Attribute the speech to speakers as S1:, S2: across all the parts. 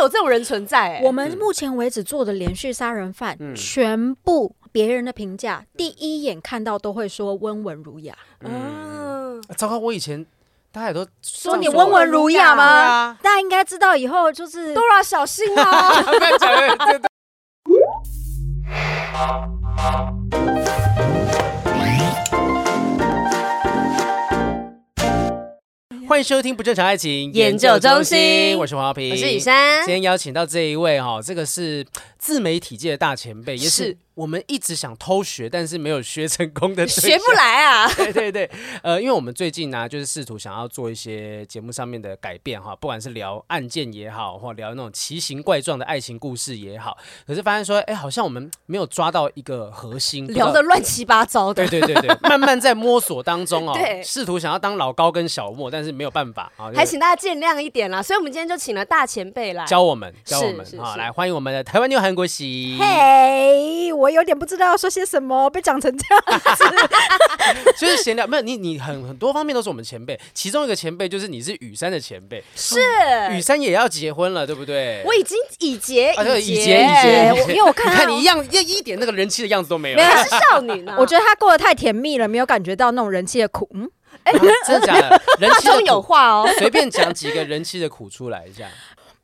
S1: 有这种人存在、欸。
S2: 我们目前为止做的连续杀人犯，
S3: 嗯
S2: 全部别人的评价，第一眼看到都会说温文儒雅。
S1: 嗯，
S3: 糟糕，我以前大家 也都
S2: 说你
S3: 这样
S2: 温
S3: 我
S2: 文儒雅
S3: 对
S2: 吗？
S3: 啊，
S2: 大家应该知道以后就是
S1: 多拉小心啊！
S3: 不要讲了这这欢迎收听不正常爱情
S1: 研究中心
S3: 我是黄浩平，
S1: 我是雨珊
S3: 今，天邀请到这一位哈、哦，这个是自媒体界的大前辈，也是
S1: 是
S3: 我们一直想偷学，但是没有学成功的，
S1: 学不。来 啊！
S3: 对对对，呃，因为我们最近呢、就是试图想要做一些节目上面的改变哈，不管是聊案件也好，或聊那种奇形怪状的爱情故事也好，可是发现说，哎，好像我们没有抓到一个核心，不知道
S1: 聊的。乱七八糟的
S3: 对，对对对，慢慢在摸索当中哦
S1: 对，
S3: 试图想要当老高跟小莫，但是没有办法啊，就是
S1: 还请大家见谅一点啦。所以我们今天就请了大前辈来。
S3: 教我们，教
S1: 是
S3: 我们
S1: 是
S3: 啊！
S1: 是
S3: 来欢迎我们的台湾妞韩国喜，
S2: 嘿，哎我有点不知道要说些什么，被讲成这样。。
S3: 就是闲聊，没有你，你很很多方面都是我们前辈，其中一个前辈就是你是雨山的前辈，
S1: 是
S3: 嗯雨山也要结婚了，对不对？
S1: 我已经已结
S3: 啊对
S1: 结
S3: 已结已结
S1: 哎我因为我 看
S3: 你
S1: 他
S3: 看你一样一一点那个人气的样子都没有
S1: 没有，，她是少女呢
S2: 我觉得他过得太甜蜜了，没有感觉到那种人气的苦。嗯，
S1: 哎
S3: 真的假 的？人
S1: 话
S3: 气的
S1: 中有
S3: 苦，
S1: 话哦。
S3: 随便讲几个人气的苦出来一下。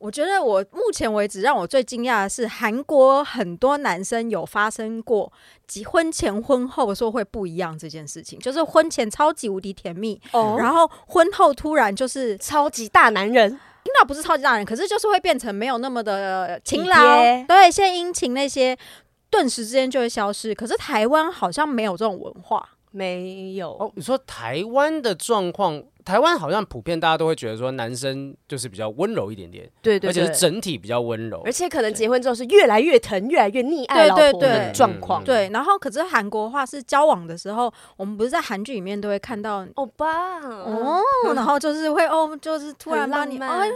S2: 我觉得我目前为止让我最惊讶的是，韩国很多男生有发生过结婚前婚后说会不一样这件事情，就是婚前超级无敌甜蜜，
S1: 哦，然后
S2: 然后婚后突然就是
S1: 超级大男人，
S2: 那不是超级大人，可是就是会变成没有那么的勤劳
S1: 体贴，
S2: 对，献殷勤那些，顿时之间就会消失。可是台湾好像没有这种文化，
S1: 没有
S3: 哦，你说台湾的状况，台湾好像普遍大家都会觉得说男生就是比较温柔一点点，
S1: 对对
S3: 而
S1: 对，
S3: 且是整体比较温柔
S1: 而。且可能结婚之后是越来越疼，越来越溺爱老
S2: 对
S1: 婆
S2: 对
S1: 的
S2: 对
S1: 状况
S3: 嗯。
S2: 对。然后可是韩国话是交往的时候，我们不是在韩剧里面都会看到。
S1: 欧巴，
S3: 嗯
S2: 哦，然后就是会哦， 就是突然帮你
S1: 很浪
S2: 哦
S1: 漫，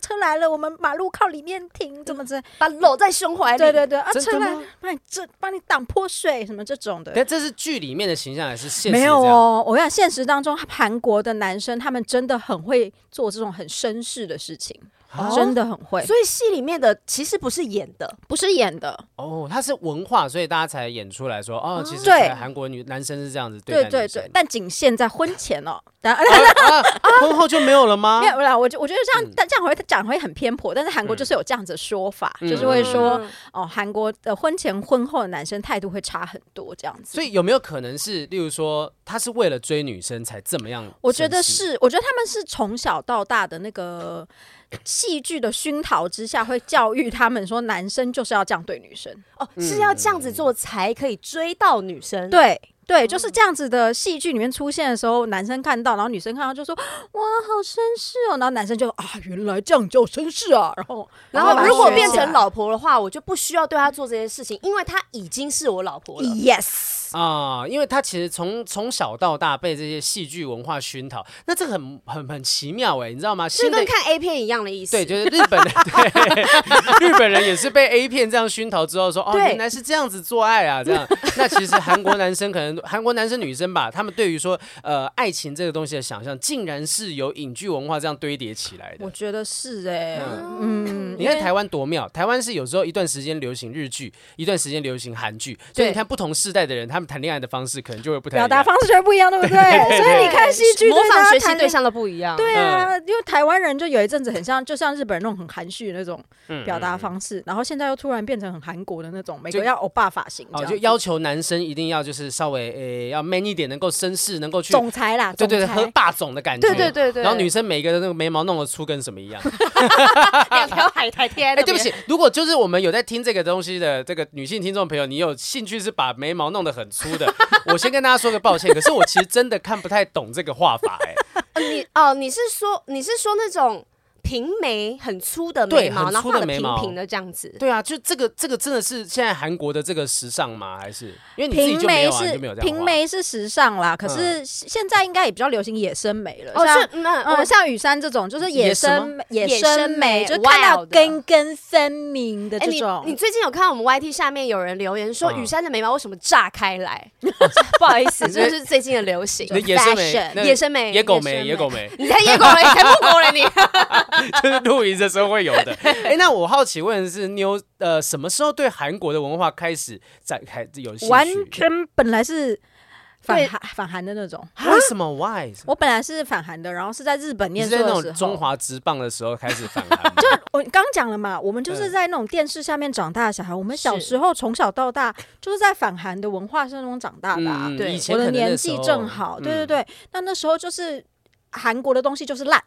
S2: 车来了，我们马路靠里面停，怎么怎么，
S1: 把搂在胸怀里。
S2: 对对对，啊，
S3: 嗯哎真的
S2: 车来
S3: 吗
S2: 帮你这帮你挡泼水什么这种的，
S3: 但这是剧里面的形象，还是现实
S2: 没
S3: 这
S2: 有
S3: 样？
S2: 哦，我跟你讲，现实当中韩国的男生他们真的很会做这种很绅士的事情，
S3: 啊
S2: 真的很会，
S1: 所以戏里面的其实不是演的，
S2: 不是演的。
S3: 哦，它是文化，所以大家才演出来说，哦，其实
S2: 对
S3: 在韩国女男生是这样子
S2: 对
S3: 待
S2: 对
S3: 啊女生
S2: 对，。但仅限在婚前哦。 但
S3: 啊啊婚后就没有了吗
S2: 没？有啦，我觉我觉得这样
S3: 嗯，
S2: 但这样会讲会很偏颇。但是韩国
S3: 嗯
S2: 就是有这样子的说法，
S3: 嗯
S2: 就是会说
S1: 嗯
S2: 哦，韩国的婚前婚后的男生态度会差很多这样子。
S3: 所以有没有可能是，例如说，他是为了追女生才这么样生气？
S2: 我觉得是，我觉得他们是从小到大的那个戏剧的熏陶之下，会教育他们说男生就是要这样对女生。
S1: 哦，是要这样子做才可以追到女生。，
S2: 对。对，就是这样子的戏剧里面出现的时候，男生看到，然后女生看到就说：“哇，好绅士哦。”然后男生就啊，原来这样叫绅士啊。然后，
S1: 然
S2: 把
S1: 后
S2: 它
S1: 如果
S2: 学起
S1: 变
S2: 来
S1: 成老婆的话，我就不需要对她做这些事情，因为她已经是我老婆了。
S2: ，yes，
S3: 啊、因为他其实从从小到大被这些戏剧文化熏陶，那这个很很很奇妙哎，你知道吗？
S1: 是
S3: 新的
S1: 跟看 A 片一样的意思。
S3: 对，就是日本人， 对日本人也是被 A 片这样熏陶之后说，哦，
S1: 对
S3: 原来是这样子做爱啊，这样。那其实韩国男生可能 韩国男生女生吧，他们对于说呃爱情这个东西的想象，竟然是由影剧文化这样堆叠起来的
S2: 我。觉得是哎、
S1: 嗯，
S3: 你看台湾多妙，台湾是有时候一段时间流行日剧，一段时间流行韩剧，所
S1: 对
S3: 以你看不同世代的人，他们谈恋爱的方式可能就会不太一
S2: 表
S3: 样。
S2: 达方式就不一样，对不对？所以你看戏剧，
S1: 模仿学习对
S2: 对
S1: 象都不一样。
S2: 对啊，因为台湾人就有一阵子很像，就像日本人那种很含蓄的那种表达方式，然后现在又突然变成很韩国的那种，美国
S3: 嗯就
S2: 要欧巴发型这
S3: 哦，
S2: 样
S3: 就
S2: 子，
S3: 要求男生一定要就是稍微诶、要 man 一点，能够绅士，能够去
S2: 总裁啦，
S3: 对对对，
S2: 总
S3: 喝
S2: 裁
S3: 霸总的感觉。
S1: 对对对对。
S3: 然后 女生每个的那个眉毛弄得粗跟什么一样。
S1: 两条海苔啊贴在
S3: 哎、
S1: 那边。
S3: 对不起，如果就是我们有在听这个东西的这个女性听众朋友，你有兴趣是把眉毛弄得很粗的，我先跟大家说个抱歉。可是我其实真的看不太懂这个画法、哎，
S1: 哦，你哦，你是说你是说那种平眉很粗的眉
S3: 对
S1: 毛，
S3: 很
S1: 然
S3: 粗
S1: 后
S3: 的
S1: 画的
S3: 眉
S1: 平
S3: 毛
S1: 平的这样子？
S3: 对啊，就这个这个真的是现在韩国的这个时尚吗？还是因为你自己
S2: 平
S3: 就没
S2: 眉
S3: 有、啊、你
S2: 是
S3: 就没有这样画
S2: 平眉是时尚啦，可是
S3: 嗯
S2: 现在应该也比较流行野生眉了。
S1: 哦，
S2: 像
S1: 是那
S2: 嗯，
S1: 我
S2: 像雨山这种就是
S3: 野
S2: 野
S3: 什么
S2: 生野
S1: 野
S2: 生
S1: 生
S2: 眉，
S1: 眉
S2: 就是看到
S1: wild 的
S2: 根根分明的
S1: 哎，
S2: 这
S1: 你
S2: 种
S1: 你。最近有看到我们 YT 下面有人留言说
S3: 嗯
S1: 雨山的眉毛为什么炸开来？不好意思，这就是最近的流行
S3: 那。野生眉
S2: fashion，
S3: 那个
S1: 野生眉，
S3: 野狗
S1: 生
S3: 眉，野狗眉。
S1: 你才野狗眉，才不狗嘞你！
S3: 就是露营的时候会有的。哎、那我好奇问的是，妞呃什么时候对韩国的文化开始展开有兴趣？
S2: 完全本来是反
S1: 对
S2: 韩反韩的那种。
S3: 为什么？Why？
S2: 我本来是反韩的，然后是在日本
S3: 你
S2: 念
S3: 是
S2: 书
S3: 在
S2: 的时
S3: 那
S2: 候，
S3: 种中华职棒的时候开始 反韩吗？
S2: 我刚讲了嘛，我们就是
S3: 嗯
S2: 在那种电视下面长大的小孩，我们小
S1: 是
S2: 时候从小到大就是在反韩的文化当中长大的、啊。
S3: 嗯
S1: 对
S3: 以前
S2: 我的
S3: 可能那
S2: 年
S3: 时
S2: 纪
S3: 候
S2: 正好，对对
S3: 嗯
S2: 对。那那时候就是韩国的东西就是 烂，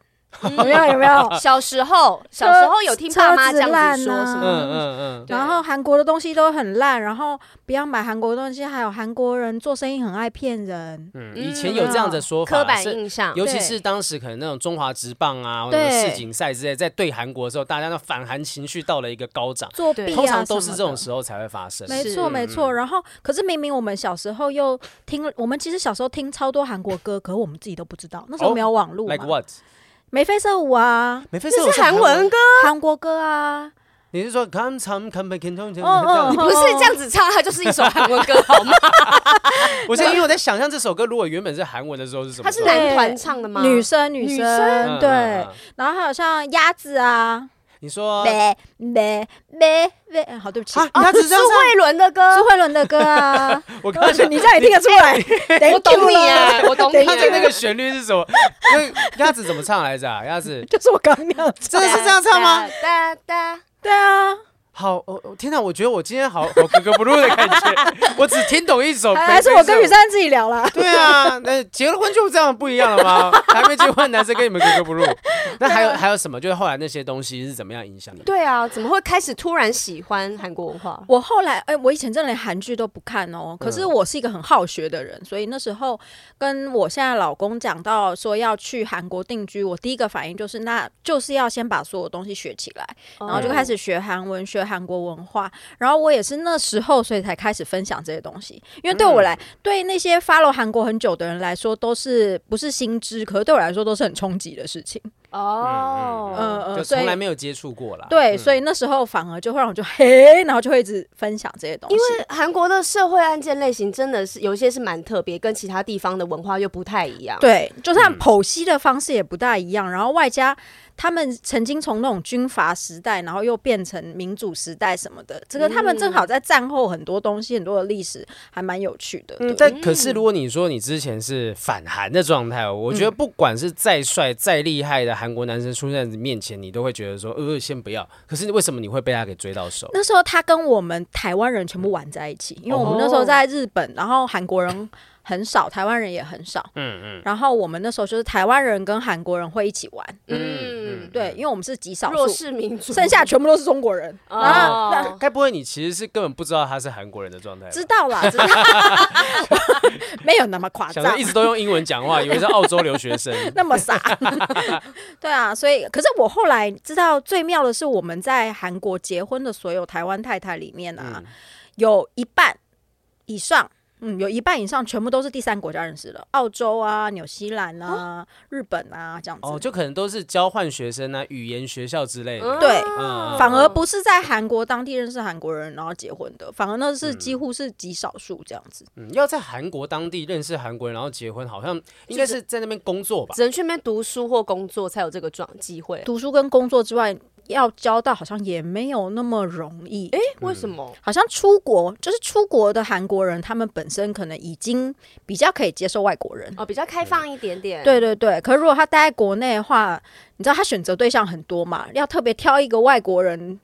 S1: 嗯
S2: 有没有？有没有？
S1: 小时候，小时候有听爸妈这样子
S2: 车
S1: 说
S2: 子烂啊
S1: 什
S3: 嗯
S1: 么？
S3: 嗯嗯，
S1: 对
S2: 然后韩国的东西都很烂，然后不要买韩国的东西，还有韩国人做生意很爱骗人。
S3: 嗯，
S1: 嗯
S3: 以前有这样的
S2: 嗯
S3: 说法，
S1: 刻板
S3: 是
S1: 印象，
S3: 尤
S2: 啊
S3: 其
S2: 对
S3: 是当时可能那种中华职棒啊，或者
S2: 对
S3: 世锦赛之类，在对韩国的时候，大家的反韩情绪到了一个高涨，
S2: 作弊啊
S1: 对
S2: 什么
S3: 通
S2: 的，
S3: 常都是这种时候才会发生。
S2: 没
S1: 是
S2: 错，
S3: 嗯
S2: 没错。然后，可是明明我们小时候又听，我们其实小时候听超多韩国歌，可是我们自己都不知道，那时
S3: 哦
S2: 候没有网络嘛。
S3: Like what？
S2: 眉飞色舞啊，
S3: 梅菲斯
S1: 这是韩文歌，
S2: 韩国歌啊，
S3: 你是说 come come come back come
S2: 哦
S1: 你不
S3: come？
S1: 是这样子唱，它就是一首韩文歌 好吗？
S3: 我现在因为我在想象这首歌如果原本是韩文的时候是什么
S1: 它
S3: 时
S1: 是
S3: 候？
S1: 男团唱的吗？
S2: 女生
S1: 女生
S2: 女生
S3: 嗯
S2: 对，
S3: 嗯哦嗯
S2: 然后还有像鸭子啊，
S3: 你说
S2: 呗呗呗呗，嗯好，对不起，
S3: 啊，他只是这
S1: 苏
S3: 样唱
S1: 慧哦伦的歌
S2: 苏，慧伦的歌啊，
S3: 我刚刚
S2: 你这样也听得出来，
S1: 我懂你啊，我懂你
S3: 他
S1: 啊
S3: 的那个旋律是什么？那鸭子怎么唱来着啊？鸭 子
S2: 就是我刚刚那样
S3: 真的是这样唱吗？？
S1: 哒哒哒
S2: 对啊，
S3: 好，我、我天哪，我觉得我今天好好格格不入的感觉， 我只听懂一首，
S2: 还还是我跟雨。珊自己聊啦。
S3: 对啊，那结了婚就这样不一样 了吗？还没结婚，男生跟你们格格不入。那还有
S2: 啊
S3: 还有什么？就是后来那些东西是怎么样影响你？
S1: 对啊，怎么会开始突然喜欢韩国文化？
S2: 我后来，哎、我以前真的连韩剧都不看哦。可
S3: 嗯
S2: 是我是一个很好学的人，所以那时候跟我现在老公讲到说要去韩国定居，我第一个反应就是，那就是要先把所有东西学起来，然后就
S3: 嗯
S2: 开始学韩文、学韩国文化。然后我也是那时候，所以才开始分享这些东西。因为对我来，
S3: 嗯
S2: 对那些 follow 韩国很久的人来说，都是不是新知，可是对我来说都是很冲击的事情。
S1: 嗯哦，
S2: 嗯嗯
S3: 就从来没有接触过啦。
S2: 对，
S3: 嗯
S2: 所以那时候反而就会让我就嘿，然后就会一直分享这些东西。
S1: 因为韩国的社会案件类型真的是有一些是蛮特别，跟其他地方的文化又不太一样。
S2: 对，就是他
S3: 嗯
S2: 们剖析的方式也不大一样，然后外加他们曾经从那种军阀时代，然后又变成民主时代什么的，这个他们正好在战后很多东西、很多的历史还蛮有趣的。对
S3: 嗯，但可是如果你说你之前是反韩的状态，哦，我觉得不管是再帅再厉害的韩国男生出现在你面前，你都会觉得说，呃，先不要。可是为什么你会被他给追到手？
S2: 那时候他跟我们台湾人全部玩在一起，因为我们那时候在日本，然后韩国人很少，台湾人也很少。嗯嗯。然后我们那时候就是台湾人跟韩国人会一起玩，
S1: 嗯，
S2: 对，因为我们是极少
S1: 弱
S2: 数，
S1: 势民族，
S2: 剩下全部都是中国人。然
S1: 哦
S3: 该不会你其实是根本不知道他是韩国人的状 态吧？
S2: 嗯知道啦，知道，没有那么夸
S3: 想
S2: 张
S3: 着一。直都用英文讲话，以为是澳洲留 学生。
S2: 那么傻，对啊，所以可是我后来知道最妙的是，我们在韩国结婚的所有台湾太太里面啊，
S3: 嗯
S2: 有一半以上，嗯，有一半以上全部都是第三国家认识的，澳洲啊、纽西兰啊、日本啊这样子。
S3: 哦，就可能都是交换学生啊、语言学校之类的。
S1: 嗯
S2: 对
S3: 嗯
S2: 反而不是在韩国当地认识韩国人，然后结婚的，反而那是几乎是极少数这样子。
S3: 嗯，要在韩国当地认识韩国人，然后结婚，好像应该是在那边工作吧？
S1: 只能去那边读书或工作才有这个状机会。
S2: 读书跟工作之外，要交到好像也没有那么容易。
S1: 哎，为什么？
S2: 好像出国就是出国的韩国人，他们本身可能已经比较可以接受外国人。
S1: 哦，比较开放一点点。哦
S2: 对对对，可是如果他待在国内的话，你知道他选择对象很多嘛，要特别挑一个外国人，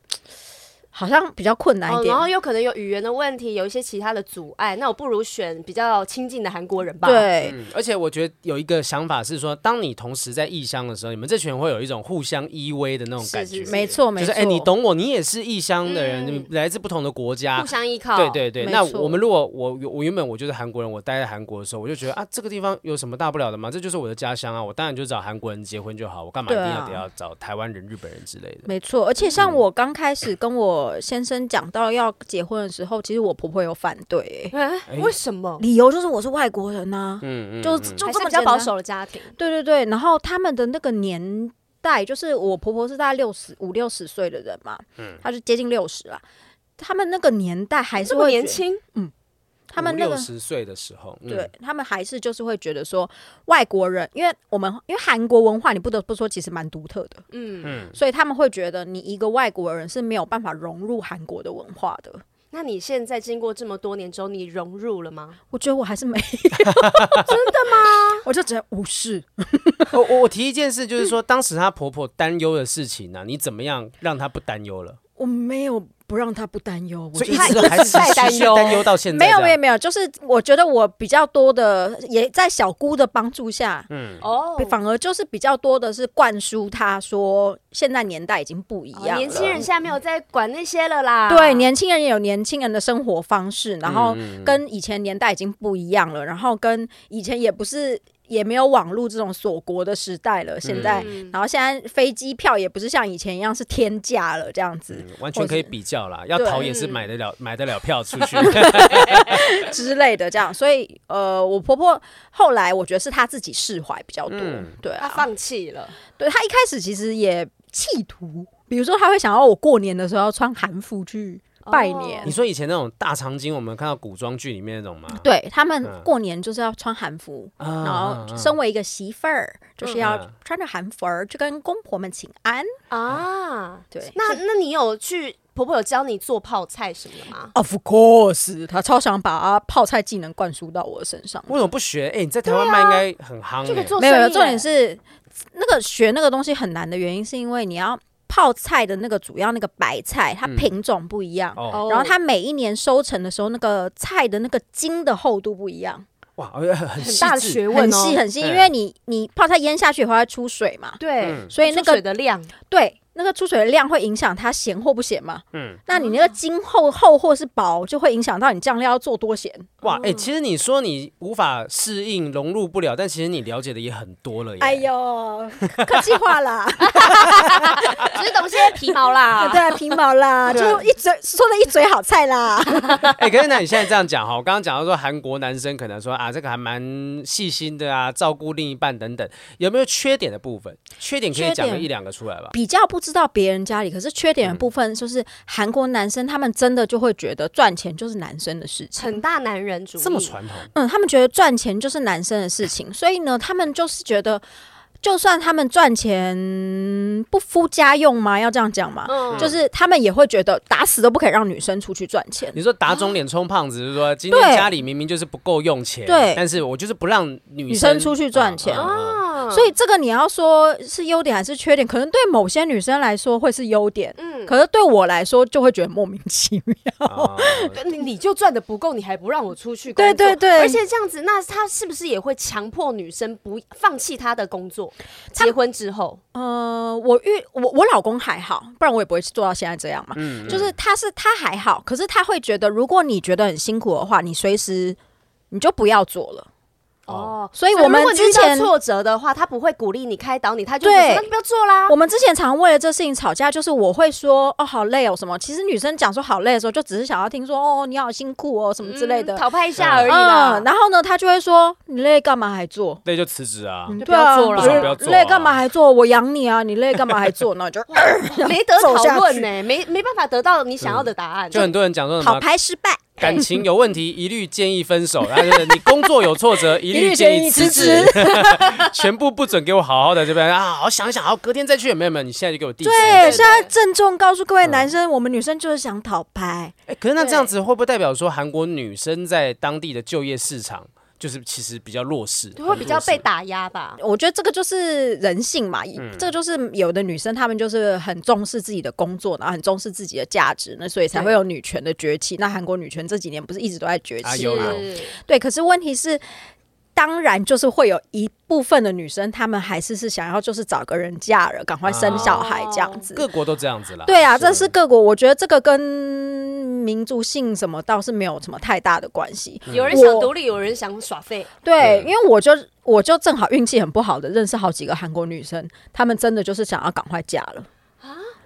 S2: 好像比较困难一
S1: 哦，
S2: 点。
S1: 然后又可能有语言的问题，有一些其他的阻碍，那我不如选比较亲近的韩国人吧。，
S2: 对，
S3: 嗯，而且我觉得有一个想法是说，当你同时在异乡的时候，你们这群人会有一种互相依偎的那种感觉，
S1: 是是
S2: 没错
S3: 就
S2: 没
S3: 是
S2: 错。
S3: 哎、你懂我，你也是异乡的人，
S1: 嗯
S3: 你们来自不同的国家
S1: 互，相依靠。
S3: 对对对，
S2: 没
S3: 那
S2: 错
S3: 我们如果我我原本我就是韩国人，我待在韩国的时候，我就觉得啊，这个地方有什么大不了的吗？这就是我的家乡啊，我当然就找韩国人结婚就好，我干嘛一定
S2: 对
S3: 要
S2: 啊
S3: 得要找台湾人、日本人之类的？
S2: 没错，而且像我刚开始跟我先生讲到要结婚的时候，其实我婆婆有反对、哎
S1: 哎，为什么？
S2: 理由就是我是外国人呐、
S3: 嗯嗯，
S2: 就
S3: 嗯
S2: 就
S1: 还
S2: 这
S1: 是
S2: 么
S1: 比较
S2: 简单
S1: 保守的家庭。
S2: 对对对，然后他们的那个年代，就是我婆婆是大概六十五六十岁的
S3: 嗯
S2: 人嘛，她就接近六十啦。他们那个年代还是
S1: 这么
S2: 会
S1: 年
S2: 觉得，
S1: 轻，
S2: 他们那个
S3: 六十岁的时候，嗯
S2: 对，他们还是就是会觉得说外国人，因为我们因为韩国文化，你不得不说其实蛮独特的，
S1: 嗯，
S2: 所以他们会觉得你一个外国人是没有办法融入韩国的文化的。
S1: 那你现在经过这么多年之后，你融入了吗？
S2: 我觉得我还是没，真 的吗？我就只能无视。
S3: 我我我提一件事，就是说当时她婆婆担忧的事情呢、你怎么样让她不担忧了？
S2: 我没有不让他不担忧，我
S3: 所以
S2: 觉
S3: 一
S2: 得
S1: 她
S3: 直都还
S1: 一
S3: 是
S1: 直在担
S3: 持续
S1: 忧
S3: 担忧到现在
S2: 没
S3: 这
S2: 有
S3: 样。
S2: 没有没有，就是我觉得我比较多的也在小姑的帮助下，
S3: 嗯
S1: 哦
S2: 反而就是比较多的是灌输他说现在年代已经不一样了，
S1: 哦年轻人现啊在没有在管那些了啦。
S2: 对，年轻人也有年轻人的生活方式，
S3: 嗯
S2: 然后跟以前年代已经不一样了，然后跟以前也不是也没有网络这种锁国的时代了，现
S1: 嗯
S2: 在，
S3: 嗯
S2: 然后现在飞机票也不是像以前一样是天价了这样子
S3: 嗯完全可以比较啦，要
S2: 对
S3: 逃也是买得了买得了票出去。
S2: 之类的这样，所以呃，我婆婆后来我觉得是她自己释怀比较多，
S3: 嗯
S2: 对
S1: 他
S2: 啊，
S1: 放弃了，
S2: 对她一开始其实也企图，比如说她会想要我过年的时候要穿韩服去
S1: 哦
S2: 拜年。
S3: 你说以前那种大长今，我们看到古装剧里面那种吗？
S2: 对他们
S3: 嗯
S2: 过年就是要穿韩服，
S3: 啊，
S2: 然后
S3: 啊
S2: 身为一个媳妇儿，就是要
S3: 嗯
S2: 穿着韩服儿去跟公婆们请安。
S1: 啊。
S2: 对
S1: 那那你有去婆婆有教你做泡菜什么的吗？
S2: Of course，他超想把泡菜技能灌输到我身上。
S3: 为什么不学？哎，你在台湾卖应该很夯
S1: 这个
S3: 哎。
S1: 做
S2: 没有，没有
S1: 生意
S2: 重点
S1: 耶
S2: 是那个学那个东西很难的原因，是因为你要泡菜的那个主要那个白菜，
S3: 嗯
S2: 它品种不一样。
S3: 哦
S2: 然后它每一年收成的时候，那个菜的那个茎的厚度不一样，
S3: 哇，哎很很
S1: 很
S3: 细
S1: 大的
S3: 致。
S1: 学问
S2: 很
S1: 哦，
S2: 细很细，
S3: 嗯
S2: 因为你你泡菜腌下去以后它会出水嘛，
S1: 对，
S2: 所以那
S1: 出
S2: 个
S1: 水的 量
S2: 对，那个出水的量会影响它咸或不咸嘛。嗯，那你那个筋厚厚或是薄，就会影响到你酱料要做多咸。
S3: 哇，哎，其实你说你无法适应、融入不了，但其实你了解的也很多了耶。
S2: 哎呦，科技化 啦，
S1: 只是懂些皮毛 啦。
S2: 对，啊皮毛啦，就一嘴说了一嘴好菜啦。
S3: 哎、可是那你现在这样讲哈，我刚刚讲到说韩国男生可能说啊，这个还蛮细心的啊，照顾另一半等等，有没有缺点的部分？缺点可以
S2: 缺
S3: 讲个
S2: 点
S3: 一两个出来吧。
S2: 比较不知道别人家里，可是缺点的部分就是韩国男生他们真的就会觉得赚钱就是男生的事情。
S1: 很大男人主义，
S3: 这么传统，
S2: 嗯，他们觉得赚钱就是男生的事情，所以呢，他们就是觉得，就算他们赚钱不敷家用吗？要这样讲吗？
S1: 嗯，
S2: 就是他们也会觉得打死都不可以让女生出去赚钱。
S3: 你说打肿脸充胖子，就是说今天
S2: 对
S3: 家里明明就是不够用钱，
S2: 对
S3: 但是我就是不让女
S2: 女生出去赚钱哦
S3: 啊
S1: 啊
S2: 所以这个你要说是优点还是缺点，可能对某些女生来说会是优点，
S1: 嗯，
S2: 可是对我来说就会觉得莫名其妙。
S1: 你你就赚的不够，你还不让我出去工
S2: 对
S1: 作，
S2: 对对
S1: 而且这样子，那他是不是也会强迫女生不放弃她的工作？结婚之后，
S2: 呃，我遇我我老公还好，不然我也不会做到现在这样嘛。就是他是他还好，可是他会觉得，如果你觉得很辛苦的话，你随时你就不要做了。
S1: 哦，
S2: 所以我们
S1: 如果你
S2: 之
S1: 遇到
S2: 前
S1: 挫折的话，他不会鼓励你开导你，他就会说
S2: 对
S1: 那你不要做啦。
S2: 我们之前常为了这事情吵架，就是我会说哦好累哦什么，其实女生讲说好累的时候，就只是想要听说哦你好辛苦哦什么之类的
S1: 嗯，讨拍一下而已啦
S2: 嗯，。然后呢，他就会说你累干嘛还做？
S3: 对，就辞职啊。
S1: 就不
S2: 对
S1: 要
S2: 啊，
S1: 做了
S2: 就是
S3: 不要做啊
S2: 累干嘛还做？我养你啊！你累干嘛还做？那我 就
S1: 没得讨
S2: 走下
S1: 论
S2: 去
S1: 呢、没没办法得到你想要的答案。
S3: 嗯就很多人讲说什
S2: 讨
S3: 么
S2: 拍失败，
S3: 感情有问题，一律建议分手；但是你工作有挫折，一律
S2: 律
S3: 建
S2: 建
S3: 议
S2: 议辞
S3: 辞职
S2: 职，
S3: 全部不准给我好好的这边啊，好想一想，好隔天再去，没有没有，你现在就给我地址。
S2: 对，现在郑重告诉各
S3: 嗯
S2: 位男生，我们女生就是想讨拍，
S3: 哎，可是那这样子会不会代表说韩国女生在当地的就业市场就是其实比较弱势，
S1: 会比较被
S3: 很弱势
S1: 打压吧。
S2: 我觉得这个就是人性嘛，
S3: 嗯
S2: 这个就是有的女生她们就是很重视自己的工作，然后很重视自己的价值，那所以才
S1: 对
S2: 会有女权的崛起。那韩国女权这几年不是一直都在崛
S3: 啊
S2: 起
S3: 有
S2: 吗？
S3: 啦
S1: 是
S2: 对，可是问题是，当然就是会有一部分的女生，她们还是是想要就是找个人嫁了，赶快生小孩这样子。
S3: 各国都这样子啦。
S2: 对啊，这是各国，我觉得这个跟民族性什么倒是没有什么太大的关系。
S1: 有人想
S2: 我
S1: 独立，有人想耍废，
S2: 对，因
S3: 对
S2: 为我就我就正好运气很不好的认识好几个韩国女生，她们真的就是想要赶快嫁了。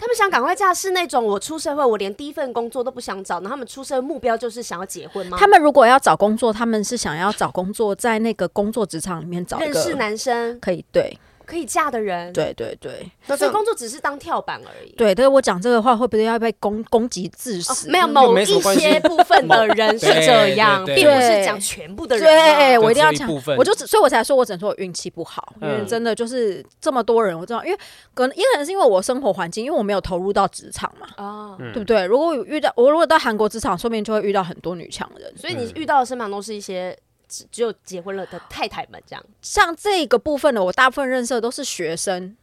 S1: 他们想赶快嫁是那种我出社会，我连第一份工作都不想找，然后他们出社会目标就是想要结婚吗？
S2: 她们如果要找工作，她们是想要找工作，在那个工作职场里面找一
S1: 认
S2: 个
S1: 识男生，
S2: 可以对。
S1: 可以嫁的人，
S2: 对对对
S3: 那这
S1: 所以
S3: 样
S1: 工作只是当跳板而已。
S2: 对，但是我讲这个话会不会要被攻攻击致
S1: 哦
S2: 死？
S1: 没有
S3: 那
S1: 某
S3: 没
S1: 一
S3: 什么关系
S1: 些部分的人是
S3: 对
S1: 这
S3: 对
S1: 样，
S3: 对
S1: 并不是
S2: 对
S1: 讲全部的人啊。
S2: 对，我一定要
S3: 只有一
S2: 讲
S3: 部分，
S2: 我就只所以我才说我只能说我运气不好，因为
S3: 嗯
S2: 真的就是这么多人，我知道，因为可能一个人是因为我生活环境，因为我没有投入到职场嘛，
S1: 哦，
S3: 嗯
S2: 对不对？如果我遇到我如果到韩国职场，说不定就会遇到很多女强人。
S1: 所以你遇到的身旁都是一些只只有结婚了的太太们这样。
S2: 像这个部分呢，我大部分认识的都是学生，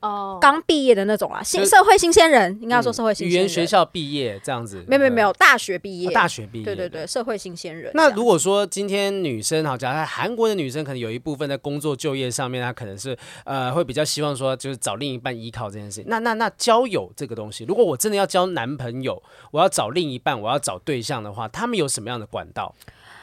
S1: 哦，
S2: 刚毕业的那种啊，新
S3: 就
S2: 社会新鲜人，应该要说
S3: 嗯
S2: 社会新
S3: 语
S2: 鲜人。
S3: 言学校毕业这样子，
S2: 没有没有没
S3: 哦，
S2: 有，大学毕业，
S3: 大学毕业，
S2: 对对对，。社会新鲜人这样。
S3: 那如果说今天女生好，假如在韩国的女生可能有一部分在工作就业上面，她可能是呃会比较希望说就是找另一半依靠这件事情。那那那交友这个东西，如果我真的要交男朋友，我要找另一半，我要找对象的话，他们有什么样的管道？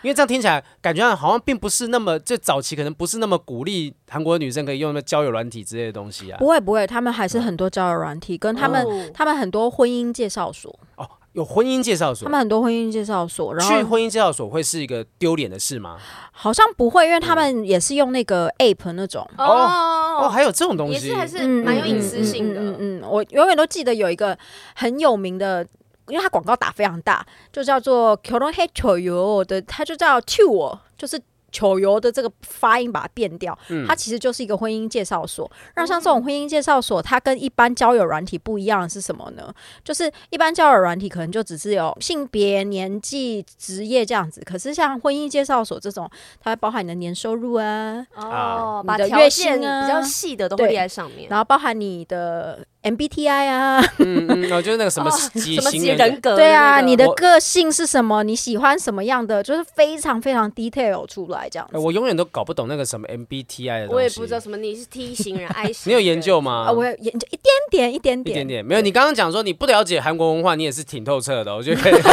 S3: 因为这样听起来感觉好像并不是那么，就早期可能不是那么鼓励韩国的女生可以用那交友软体之类的东西啊。
S2: 不会不会，他们还是很多交友软体，跟他们、
S1: 哦
S2: 他们很多婚姻介绍所，
S3: 哦，有婚姻介绍所
S2: 他，们很多婚姻介绍所，然
S3: 去
S2: 后
S3: 婚姻介绍所会是一个丢脸的事吗？
S2: 好像不会，因为
S3: 嗯
S2: 他们也是用那个 app 那种。
S3: 哦，
S1: 哦，
S3: 还有这种东
S1: 也
S3: 西
S1: 是，还是
S2: 嗯
S1: 蛮有
S2: 嗯
S1: 隐
S2: 嗯
S1: 私
S2: 嗯
S1: 性
S2: 嗯
S1: 的。
S2: 嗯嗯，我永远都记得有一个很有名的，因为它广告打非常大，就叫做 k o r o n h e c h o y o 的，它就叫 t o o 就是。球游的这个发音把它变掉，
S1: 嗯
S2: 它其实就是一个婚姻介绍所。那像这
S1: 哦
S2: 种婚姻介绍所，它跟一般交友软体不一样的是什么呢？就是一般交友软体可能就只是有性别、年纪、职业这样子，可是像婚姻介绍所这种，它会包含你的年收入啊，
S1: 哦，
S2: 你
S1: 把
S2: 的
S1: 条
S2: 月
S1: 件
S2: 薪啊
S1: 比较细的都会
S2: 对
S1: 列在上面。
S2: 然后包含你的 MBTI 啊，
S3: 嗯嗯，哦，就是那个什么
S1: 哦
S3: 几
S1: 什么
S3: 型
S1: 几人格？
S2: 对啊，你的
S3: 我
S2: 个性是什么？你喜欢什么样的？就是非常非常 detail 出来这样子
S3: 呃。我永远都搞不懂那个什么 MBTI 的东西，
S1: 我也不知道什么，你是 T 型人、I 型，
S3: 你有研究？吗？
S2: 啊，我有研究一点点，一点
S3: 一
S2: 点，
S3: 点点没有。你刚刚讲说你不了解韩国文化，你也是挺透彻的，我觉得可以 了解。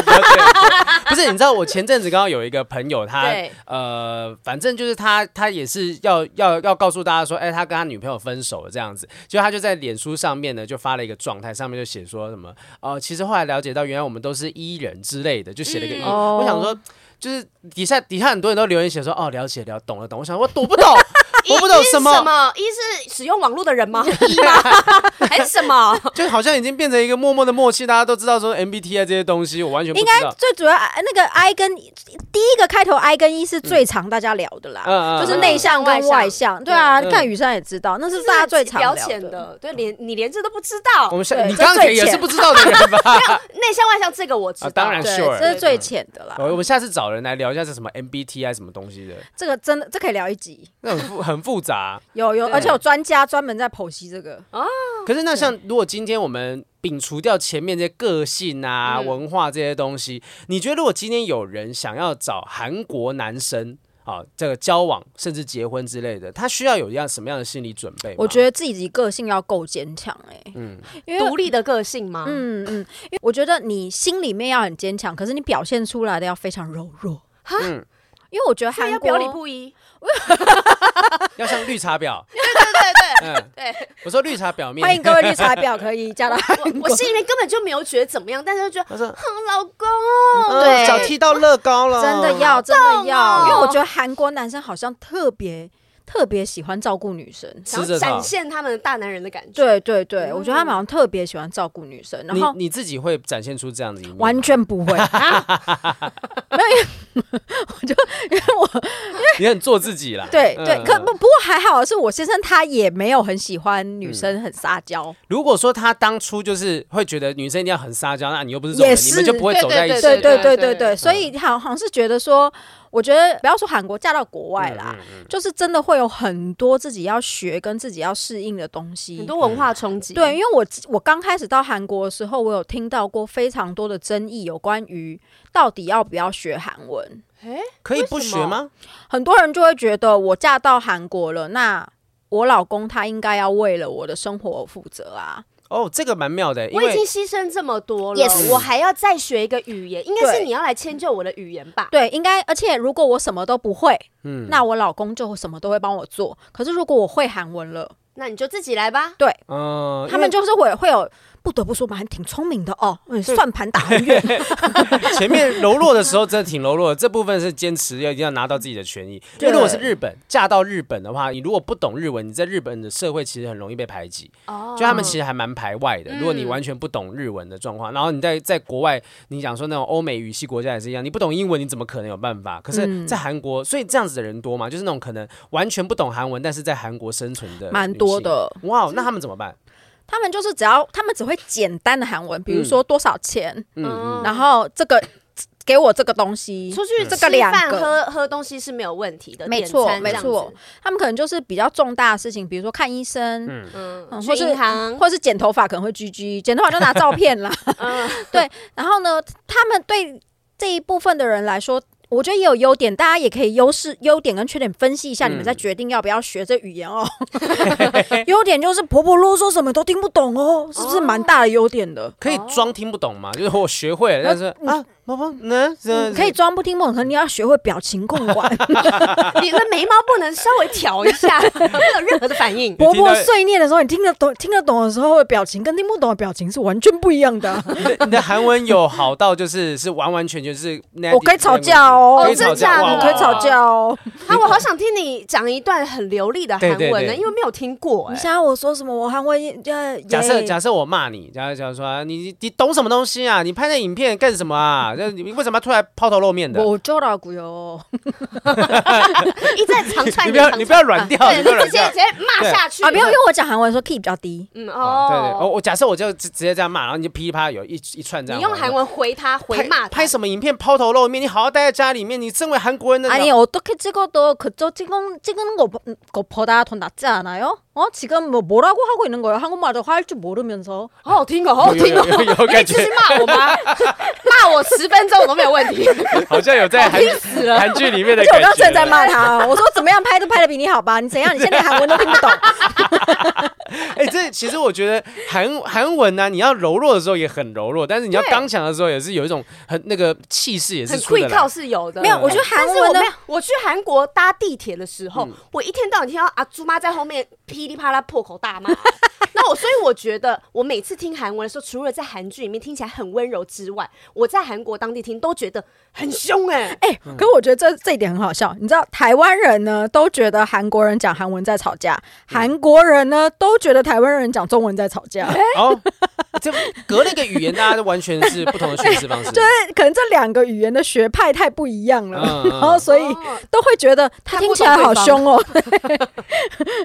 S3: 不是，你知道我前阵子刚刚有一个朋友，他
S1: 对
S3: 呃，反正就是他，他也是要要要告诉大家说，哎、他跟他女朋友分手了这样子。就他就在脸书上面呢，就发了一个状态，上面就写说什么，呃，其实后来了解到，原来我们都是 E 人之类的，就写了一个 E、
S2: 嗯
S3: 我想说，就是底下底下很多人都留言写说，哦，了解了，懂了懂。我想我懂不懂， 我不懂
S1: 一是
S3: 什么
S1: 什么？一是使用网络的人吗？一吗？ 还是什么？
S3: 就好像已经变成一个默默的默契，大家都知道说 MBTI 这些东西，我完全不知道。
S2: 最主要哎那个 I 跟第一个开头 I 跟 E 是最常大家聊的啦，
S3: 嗯嗯嗯
S2: 就是内向
S1: 嗯
S2: 跟
S1: 嗯
S2: 外向。对啊，看雨山也知道，那是大家最常
S1: 表
S2: 聊
S1: 浅
S2: 的。
S1: 的，对，连你连这都不知道
S3: 我，们下
S2: 对
S3: 你刚刚
S2: 这最
S3: 也也
S2: 浅
S3: 是不知道的人 吧？
S1: 内向外向这个我知道，
S3: 啊当然
S2: 对，
S3: Sure 哦
S2: 这是最浅的啦。
S3: 我我们下次找人来聊一下是什么 MBTI 什么东西的，
S2: 这个真的，这可以聊一集。
S3: 那很复很复杂。
S2: 有有，
S1: 对
S2: 而且有专家专门在剖析这个。
S3: 可是那像如果今天我们摒除掉前面这些个性啊、
S1: 嗯
S3: 文化这些东西，你觉得如果今天有人想要找韩国男生？啊，这个交往甚至结婚之类的，他需要有一样什么样的心理准备吗？
S2: 我觉得自己个性要够坚强哎，
S3: 嗯
S2: 嗯，因为
S1: 独立的个性吗？
S2: 嗯嗯，因为我觉得你心里面要很坚强，可是你表现出来的要非常柔弱。哈，
S3: 嗯
S2: 因为我觉得
S1: 所以
S2: 韩
S1: 要
S2: 国
S1: 表里不一。
S3: 要像绿茶 婊。
S1: 对
S3: 嗯，
S1: 对对
S3: 我说绿茶婊面。
S2: 欢迎各位绿茶婊可以加到韩
S1: 对，我
S2: 国。
S1: 心里面根本就没有觉得怎么样，但是就觉得
S3: 他说
S1: 哼，老公，
S3: 嗯
S2: 对
S3: 脚踢到乐高了，
S2: 真的要真的
S1: 哦
S2: 要，因为我觉得韩国男生好像特别特别喜欢照顾女生。
S3: 吃
S1: 想
S3: 着
S1: 要
S3: 它
S1: 展。现他们的大男人的感觉。
S2: 对对对，
S1: 嗯
S2: 我觉得他们好像特别喜欢照顾女生，然
S3: 你嗯
S2: 后
S3: 你自己会展现出这样的一面吗，
S2: 完全不会。
S3: 你很做自己啦。
S2: 对
S3: 嗯
S2: 对，可不不过还好是我先生他也没有很喜欢
S3: 嗯
S2: 女生很撒娇，
S3: 如果说他当初就是会觉得女生一定要很撒娇，那你又不是这种
S2: 也
S3: 人，
S2: 是
S3: 你们就不会走在一起。
S2: 对对
S1: 对对嗯
S2: 对对对，所以好好像是觉得说，我觉得不要说韩国嫁到国外啦，
S1: 嗯
S2: 就是真的会有很多自己要学跟自己要适应的东
S1: 很
S2: 西。
S1: 多文化冲击。
S2: 对，因为我我刚开始到韩国的时候，我有听到过非常多的争议，有关于到底要不要学韩文。
S1: 哎，
S3: 可以不学吗？
S2: 很多人就会觉得，我嫁到韩国了，那我老公他应该要为了我的生活负责啊。
S3: 哦，这个蛮妙的，因
S1: 我已经
S3: 为
S1: 牺牲这么多了
S2: Yes
S1: 我还要再学一个语言，应该是
S2: 对
S1: 你要来迁就我的语言吧？
S2: 对，应该，而且如果我什么都不会，
S1: 嗯
S2: 那我老公就什么都会帮我做。可是如果我会韩文了，
S1: 那你就自己来吧。
S3: 嗯，
S2: 他们就是会会有不不得不说，我们还挺聪明的哦，嗯算盘打 很远。
S3: 前面柔弱的时候真的挺柔弱的，这部分是坚持要一定要拿到自己的权益。因为如果是日本嫁到日本的话，你如果不懂日文，你在日本的社会其实很容易被排挤。
S1: 哦嗯
S3: 就他们其实还蛮排外的。如果你完全不懂日文的状况，然后你在在国外，你讲说那种欧美语系国家也是一样，你不懂英文，你怎么可能有办法？可
S1: 嗯
S3: 是，在韩国，所以这样子的人多嘛，就是那种可能完全不懂韩文，但是在韩国生存的
S2: 蛮多的
S3: 女性。哇，哦那他们怎么办？
S2: 他们就是只要他们只会简单的韩文，比如说多少钱，
S1: 嗯
S2: 然后这个给我这个东西，
S1: 出去
S3: 嗯
S2: 这
S1: 吃
S2: 个两
S1: 饭
S2: 个
S1: 喝喝东西是没有问题的，
S2: 没
S1: 点
S2: 错
S1: 餐
S2: 没
S1: 这样
S2: 错
S1: 子，
S2: 他们可能就是比较重大的事情，比如说看医生，
S1: 嗯，
S2: 嗯
S1: 去
S2: 或是
S1: 银行，
S2: 或是剪头发可能会 GG，剪头发就拿照片啦。
S1: 嗯
S2: 对，然后呢，他们对这一部分的人来说。我觉得也有优点，大家也可以优势、优点跟缺点分析一下，你们再决定要不要学这语 言哦。优点就是婆婆啰嗦，什么都听不懂哦，是不是蛮大的优点的？
S3: 可以装听不懂吗？就是我学会了，但是啊，妈妈，那这
S2: 你可以装不听不懂，可是你要学会表情控管。
S1: 你的眉毛不能稍微调一下，没有任何的反应。
S2: 婆婆碎念的时候，你听得懂，听得懂的时候的表情跟听不懂的表情是完全不一样 的啊、
S3: 你的你的韩文有好到就是是完完全全是 native
S2: 我可以吵架哦
S3: language，可
S1: 哦
S3: 以吵
S1: 真假
S3: 架，
S1: 的
S3: 哇
S2: 我可以吵。架哦。
S1: 啊，我好想听你讲一段很流利的韩
S3: 对对
S1: 文呢，
S3: 对
S1: 因为没有听过
S2: 你
S1: 哎。
S2: 想要我说什么？我还会呃，
S3: 假设
S2: 耶
S3: 假设我骂你，假设假设说啊你你你懂什么东西啊？你拍那影片干什么啊？ 那你为什么要突然抛头露面的？
S2: 我做哦到古哟，
S1: 一再长串，
S3: 你
S1: 一
S3: 不
S1: 再
S3: 要
S1: 长
S3: 你不要
S1: 串
S3: 软掉，
S1: 对，
S3: 你不要
S1: 你
S3: 软
S1: 直接
S3: 掉
S1: 直。接骂下去
S2: 啊，没有，因为我讲韩文说 key 比较低，
S1: 嗯
S3: 啊对对，我
S1: 哦，
S3: 我假设我就直直接这样骂，然后你就噼里啪啦有一一串这样。
S1: 你用韩文回他回
S3: 拍
S1: 骂他哦
S3: 拍什么影片抛头露面？你好好待在家里面，你身为韩国人的
S2: 아니어떻게찍어도그저찍은찍은거거보다더 낫지 않아요? 어지금뭐뭐라고하고있는거예요한국말도할 줄모르면서
S1: 好好听哦，好好
S3: 有
S1: 听
S3: 有
S1: 哦。
S3: 有有有
S1: 哎，
S3: 感
S1: 你继
S3: 觉
S1: 续，骂我吗？ 骂我十分钟我都没有问题。
S3: 好像 有在韩韩剧里面的
S2: 而且 我
S3: 感
S2: 刚刚
S3: 觉
S2: 真的。在骂他，我说怎么样拍都拍的比你好吧？你怎样？你现在韩文都听不懂，
S3: 哎、这其实我觉得韩韩文呢、你要柔弱的时候也很柔弱，但是你要
S1: 对
S3: 刚强的时候也是有一种很那个气势，也是
S1: 很
S3: 出得嗯
S1: quick
S3: 来
S1: talk。是有的，
S2: 没有我觉得
S1: 但是
S2: 韩文
S1: 我
S2: 呢
S1: 没有，我去韩国搭地铁的时
S3: 嗯
S1: 候，我一天到晚听到阿朱妈在后面噼里啪啦破口大 骂。那我所以我觉得，我每次听韩文的时候，除了在韩剧里面听起来很温柔之外，我在韩国当地听都觉得很凶哎、
S2: 哎、可我觉得这这一点很好笑。你知道台湾人呢都觉得韩国人讲韩文在吵架，韩国人呢都觉得台湾人讲中文在吵架。
S3: 哦，这隔了一个语言，大家都完全是不同的诠释 方式。
S2: 就是可能这两个语言的学派太不一样了，
S3: 嗯嗯
S2: 然后所以
S1: 哦
S2: 都会觉得他听起来好凶哦。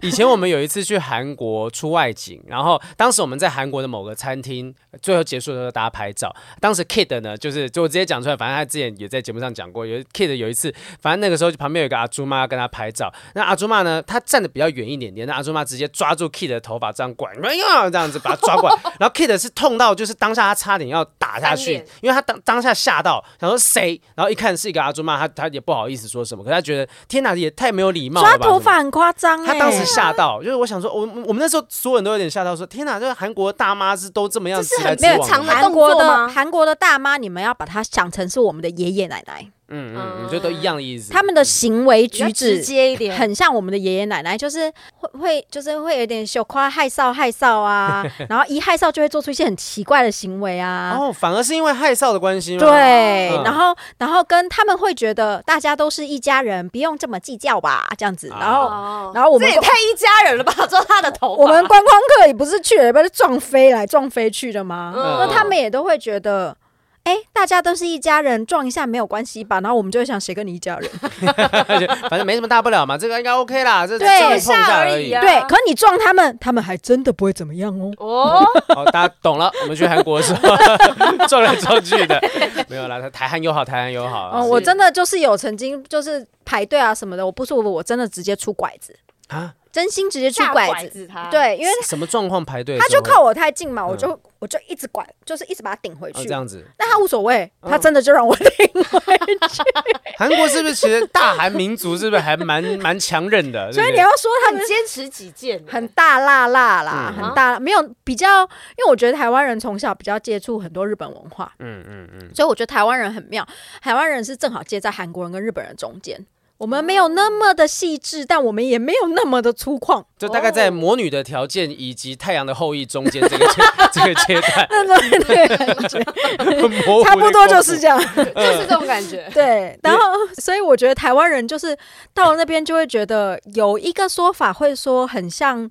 S3: 以前我们有一次去韩国出外景，然后当时我们在韩国的某个餐厅，最后结束的时候大家拍照。当时 Kid 呢，就是就我直接讲出来，反正他之前也在节目上讲过，有 Kid 有一次，反正那个时候旁边有一个阿朱妈跟他拍照，那阿朱妈呢，她站的比较远一点点，那阿朱妈直接抓住 Kid 的头发这样拐，哎呀这样子把他抓过来，然后 Kid 是痛到就是当下他差点要打下
S1: 翻
S3: 去
S1: 脸，
S3: 因为他当当下吓到，想说谁，然后一看是一个阿朱妈，他他也不好意思说什么，可是他觉得天哪，也太没有礼貌了
S2: 抓
S3: 吧，
S2: 头
S3: 什么的
S2: 发很夸张、欸，
S3: 他当时吓到，就是我想说，我们我们那时候所有人都有点吓到，说天哪，这个韩国大妈是都这么样
S1: 这是
S3: 直来
S1: 很
S3: 直
S1: 没有
S3: 往
S1: 常
S3: 的
S1: 的
S3: 吗，
S2: 韩国
S1: 动作
S2: 的
S1: 吗
S2: 韩国的大妈，你们要把她想成是我们的爷爷奶奶，
S3: 嗯嗯嗯，就都一样的意思。
S2: 他们的行为
S1: 比较
S2: 举
S1: 直
S2: 止。
S1: 接一点，
S2: 很像我们的爷爷奶奶，就是会会就是会有点羞夸害臊害臊 啊，然后一害臊就会做出一些很奇怪的行为啊。
S3: 哦，反而是因为害臊的关系吗？
S2: 对，
S3: 嗯
S2: 然后然后跟他们会觉得大家都是一家人，不用这么计较吧，这样子。
S3: 啊
S2: 然后、
S1: 哦
S2: 然后我们
S1: 这也太一家人了吧？抓他的头发，
S2: 我们观光客也不是去了，被撞飞来撞飞去的吗？
S1: 嗯
S2: 那他们也都会觉得。哎、大家都是一家人，撞一下没有关系吧？然后我们就会想，谁跟你一家人？
S3: 反正没什么大不了嘛，这个应该 OK 啦，这
S2: 对
S3: 稍微碰一下
S1: 而
S3: 而
S1: 已
S3: 已
S1: 啊。
S2: 对，可你撞他们，他们还真的不会怎么样哦。
S1: 哦，
S3: 好，大家懂了。我们去韩国的时候 撞来撞去的，没有啦，台韩友好，台韩友好
S2: 哦，
S3: 啊。
S2: 我真的就是有曾经就是排队啊什么的，我不舒服，我真的直接出拐子，
S3: 啊，
S2: 真心直接出
S1: 大
S2: 拐
S1: 拐
S2: 子。啊
S1: 子他，
S2: 对，因为
S3: 什么状况排队的
S2: 他
S3: 时候
S2: 就
S3: 会？
S2: 靠我太近嘛，我就我就一直拐，就是一直把他顶回
S3: 嗯哦
S2: 去
S3: 这。样子。
S2: 但他无所谓，
S3: 嗯
S2: 他真的就让我顶。
S3: 韩国是不是其实大韩民族是不是还蛮蛮强韧 的？
S2: 所以
S3: 对不
S2: 你
S3: 对
S2: 要说他
S1: 他
S2: 们
S1: 很坚持己见，
S2: 很大辣辣啦，
S3: 嗯
S2: 很大没有比较，因为我觉得台湾人从小比较接触很多日本文化，
S3: 嗯嗯嗯，
S2: 所以我觉得台湾人很妙，台湾人是正好介在韩国人跟日本人中间。我们没有那么的细致，但我们也没有那么的粗 犷。
S3: 就大概
S2: 哦
S3: 在魔女的条件以及太阳的后裔中间 这个阶这个阶段，
S2: 那个对，
S3: 很模糊的
S2: 差不多就是
S3: 样。
S2: 这样。
S1: 就是这种感觉。
S2: 对，然后所以我觉得台湾人就是到了那边就会觉得有一个说法会说很像，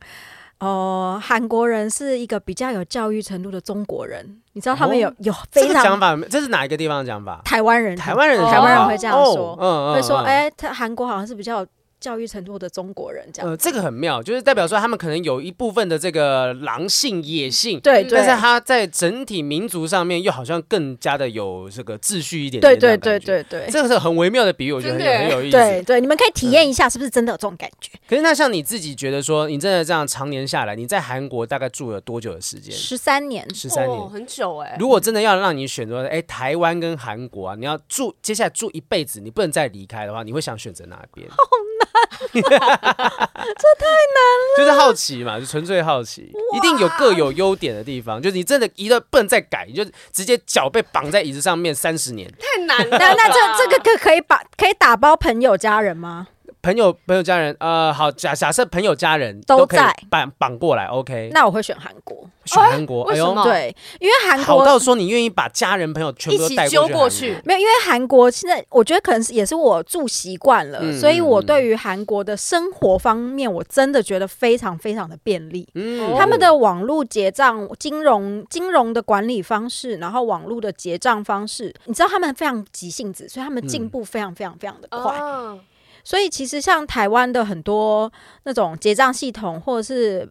S2: 呃，韩国人是一个比较有教育程度的中国人，你知道他们有、
S3: 哦
S2: 有
S3: 这
S2: 非
S3: 个讲
S2: 常嗯
S3: 法，这是哪一个地方的讲法？
S2: 台湾人，
S3: 台湾人的
S1: 哦
S3: 想法，
S1: 台湾人
S2: 会这样
S3: 哦
S2: 说
S3: 嗯嗯，
S2: 会说，
S3: 嗯。
S2: 哎、他韩国好像是比较有教育程度的中国人这样。
S3: 呃，这个很妙，就是代表说他们可能有一部分的这个狼性、野性，
S2: 对对
S3: 但是他在整体民族上面又好像更加的有这个秩序一点
S2: 对
S3: 点的
S2: 对
S3: 感觉。
S2: 对对对
S3: 这个是很微妙的比喻，我觉得很
S1: 真的
S3: 有
S1: 耶
S3: 很有意思。
S2: 对对，你们可以体验一下，是不是真的有这种感觉？
S3: 可是那像你自己觉得说，你真的这样常年下来，你在韩国大概住了多久的时间？
S2: 十三 年，
S3: 十三
S1: 哦
S3: 年。
S1: 很久哎、
S3: 如果真的要让你选择，哎，台湾跟韩国啊，你要住接下来住一辈子，你不能再离开的话，你会想选择哪边？好
S2: 啊
S3: 难，这太难了。就是好奇嘛，就纯粹好奇，一定有各有优点的地方。就是你真的一个不能再改，你就直接脚被绑在椅子上面三十年。
S1: 太难了吧。
S2: 那那这这个可可以把可以打包朋友家人 吗？
S3: 朋友、朋友、家人，呃，好，假假设朋友、家人
S2: 都
S3: 可以
S2: 在
S3: 绑绑过来，OK，
S2: 那我哎会选韩国，
S3: 选韩国，哎
S1: 为什么哦
S2: 对，因为韩
S3: 好
S2: 国
S3: 到说你愿意把家人朋友全
S1: 一
S3: 部都
S1: 起
S3: 带
S1: 揪
S3: 过
S1: 过
S3: 去韩
S1: 去
S3: 国，，
S2: 没有，因为韩国现在我觉得可能是也是我住习惯了，
S3: 嗯
S2: 所以我对于韩国的生活方面，我真的觉得非常非常的便利。
S3: 嗯
S2: 他们的网络结账、金融、金融的管理方式，然后网络的结账方式，你知道他们非常急性子，所以他们进步非常非常非常的快。
S1: 哦
S2: 所以其实像台湾的很多那种结账系统，或者是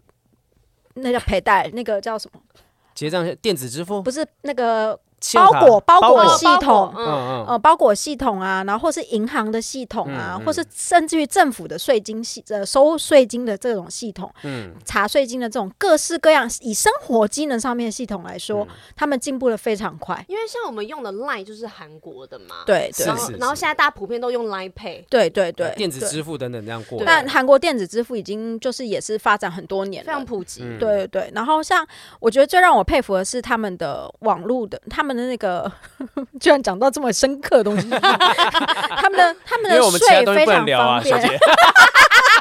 S2: 那叫陪带，那个叫什么？
S3: 结账电子支付
S2: 不是那个
S3: 信用
S2: 包
S3: 卡
S2: 裹包裹
S1: 哦
S2: 系
S1: 包裹
S2: 统
S1: 嗯
S3: 嗯嗯，
S2: 呃包裹系统啊，然后或是银行的系统啊，
S3: 嗯嗯
S2: 或是甚至于政府的税金系呃收税金的这种系统，
S3: 嗯
S2: 查税金的这种各式各样以生活机能上面的系统来
S3: 嗯
S2: 说，他们进步的非常快。
S1: 因为像我们用的 Line 就是韩国的嘛，，
S2: 对对哦
S1: 然
S3: 是
S1: 后
S3: 是呃
S1: 然后现在大家普遍都用 Line Pay，
S2: 对对对，
S3: 电子
S2: 对
S3: 支付等等这样过来
S2: 但，韩国电子支付已经就是也是发展很多年
S1: 非
S2: 了
S1: 常。普及。
S3: 嗯
S2: 对对对，然后像我觉得最让我佩服的是他们的网络的，他们的那个 居然讲到这么深刻的东西， 他们的他们
S3: 因为
S2: 的
S3: 我们其他
S2: 税
S3: 东西
S2: 非
S3: 不能
S2: 常
S3: 聊啊，
S2: 方
S3: 学
S2: 便，
S3: 姐。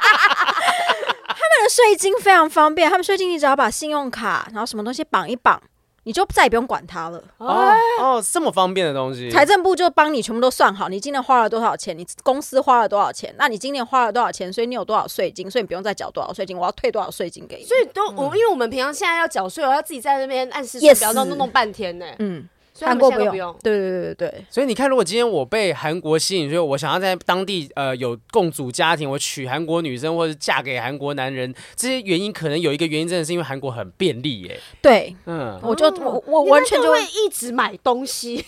S2: 他们的税金非常方便，他们税金你只要把信用卡，然后什么东西绑一绑，你就再也不用管它了。
S3: 哦 哦，这么方便的东西，
S2: 财政部就帮你全部都算好，你今年花了多少钱，你公司花了多少钱，那你今年花了多少钱，所以你有多少税金，所以你不用再缴多少税金，我要退多少税金给你。
S1: 所以都我、因为我们平常现在要缴税，我要自己在那边按时
S2: 嗯 Yes
S1: 表弄弄弄半天呢、
S2: 嗯，
S1: 所以他
S2: 韩
S1: 们
S2: 国
S1: 现在都
S2: 用
S1: 不用，。
S2: 对对对对对，
S3: 所以你看，如果今天我被韩国吸引，所以我想要在当地呃有共组家庭，我娶韩国女生或者嫁给韩国男人，这些原因可能有一个原因真的是因为韩国很便利耶。
S2: 对
S1: 哦
S3: 嗯，
S2: 我就我我完全
S1: 你
S2: 就
S1: 那
S2: 会
S1: 时候会一直买东西，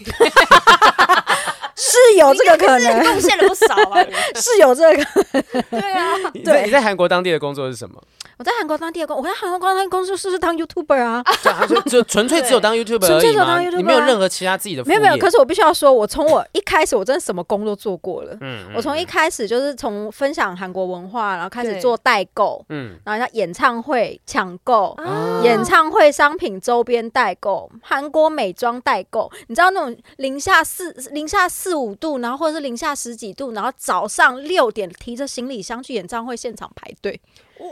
S2: 是有哦这个 可 能，
S1: 贡献了不少 啊。
S2: 是有这个。
S1: 对啊，
S3: 你在
S2: 对
S3: 你在韩国当地的工作是 什么？
S2: 我在韩国当第二工，我在韩国当地工作就是当 YouTuber 啊，
S3: 就啊就就纯粹只有当 YouTuber
S2: 纯
S3: 而
S2: 粹
S3: 已
S2: 只有当
S3: 吗？
S2: YouTuber
S3: 你没有
S2: 啊
S3: 任何其他自己的副
S2: 没有没有。
S3: 业
S2: 可是我必须要说，我从我一开始我真的什么工都做过了。
S3: 嗯
S2: 我从一开始就是从分享韩国文化，然后开始
S1: 对
S2: 做代购，
S3: 嗯
S2: 然后像演唱会抢购、
S1: 啊
S2: 演唱会商品周边代购、韩国美妆代购，你知道那种零下四零下四五度，然后或者是零下十几度，然后早上六点提着行李箱去演唱会现场排队，
S1: 哇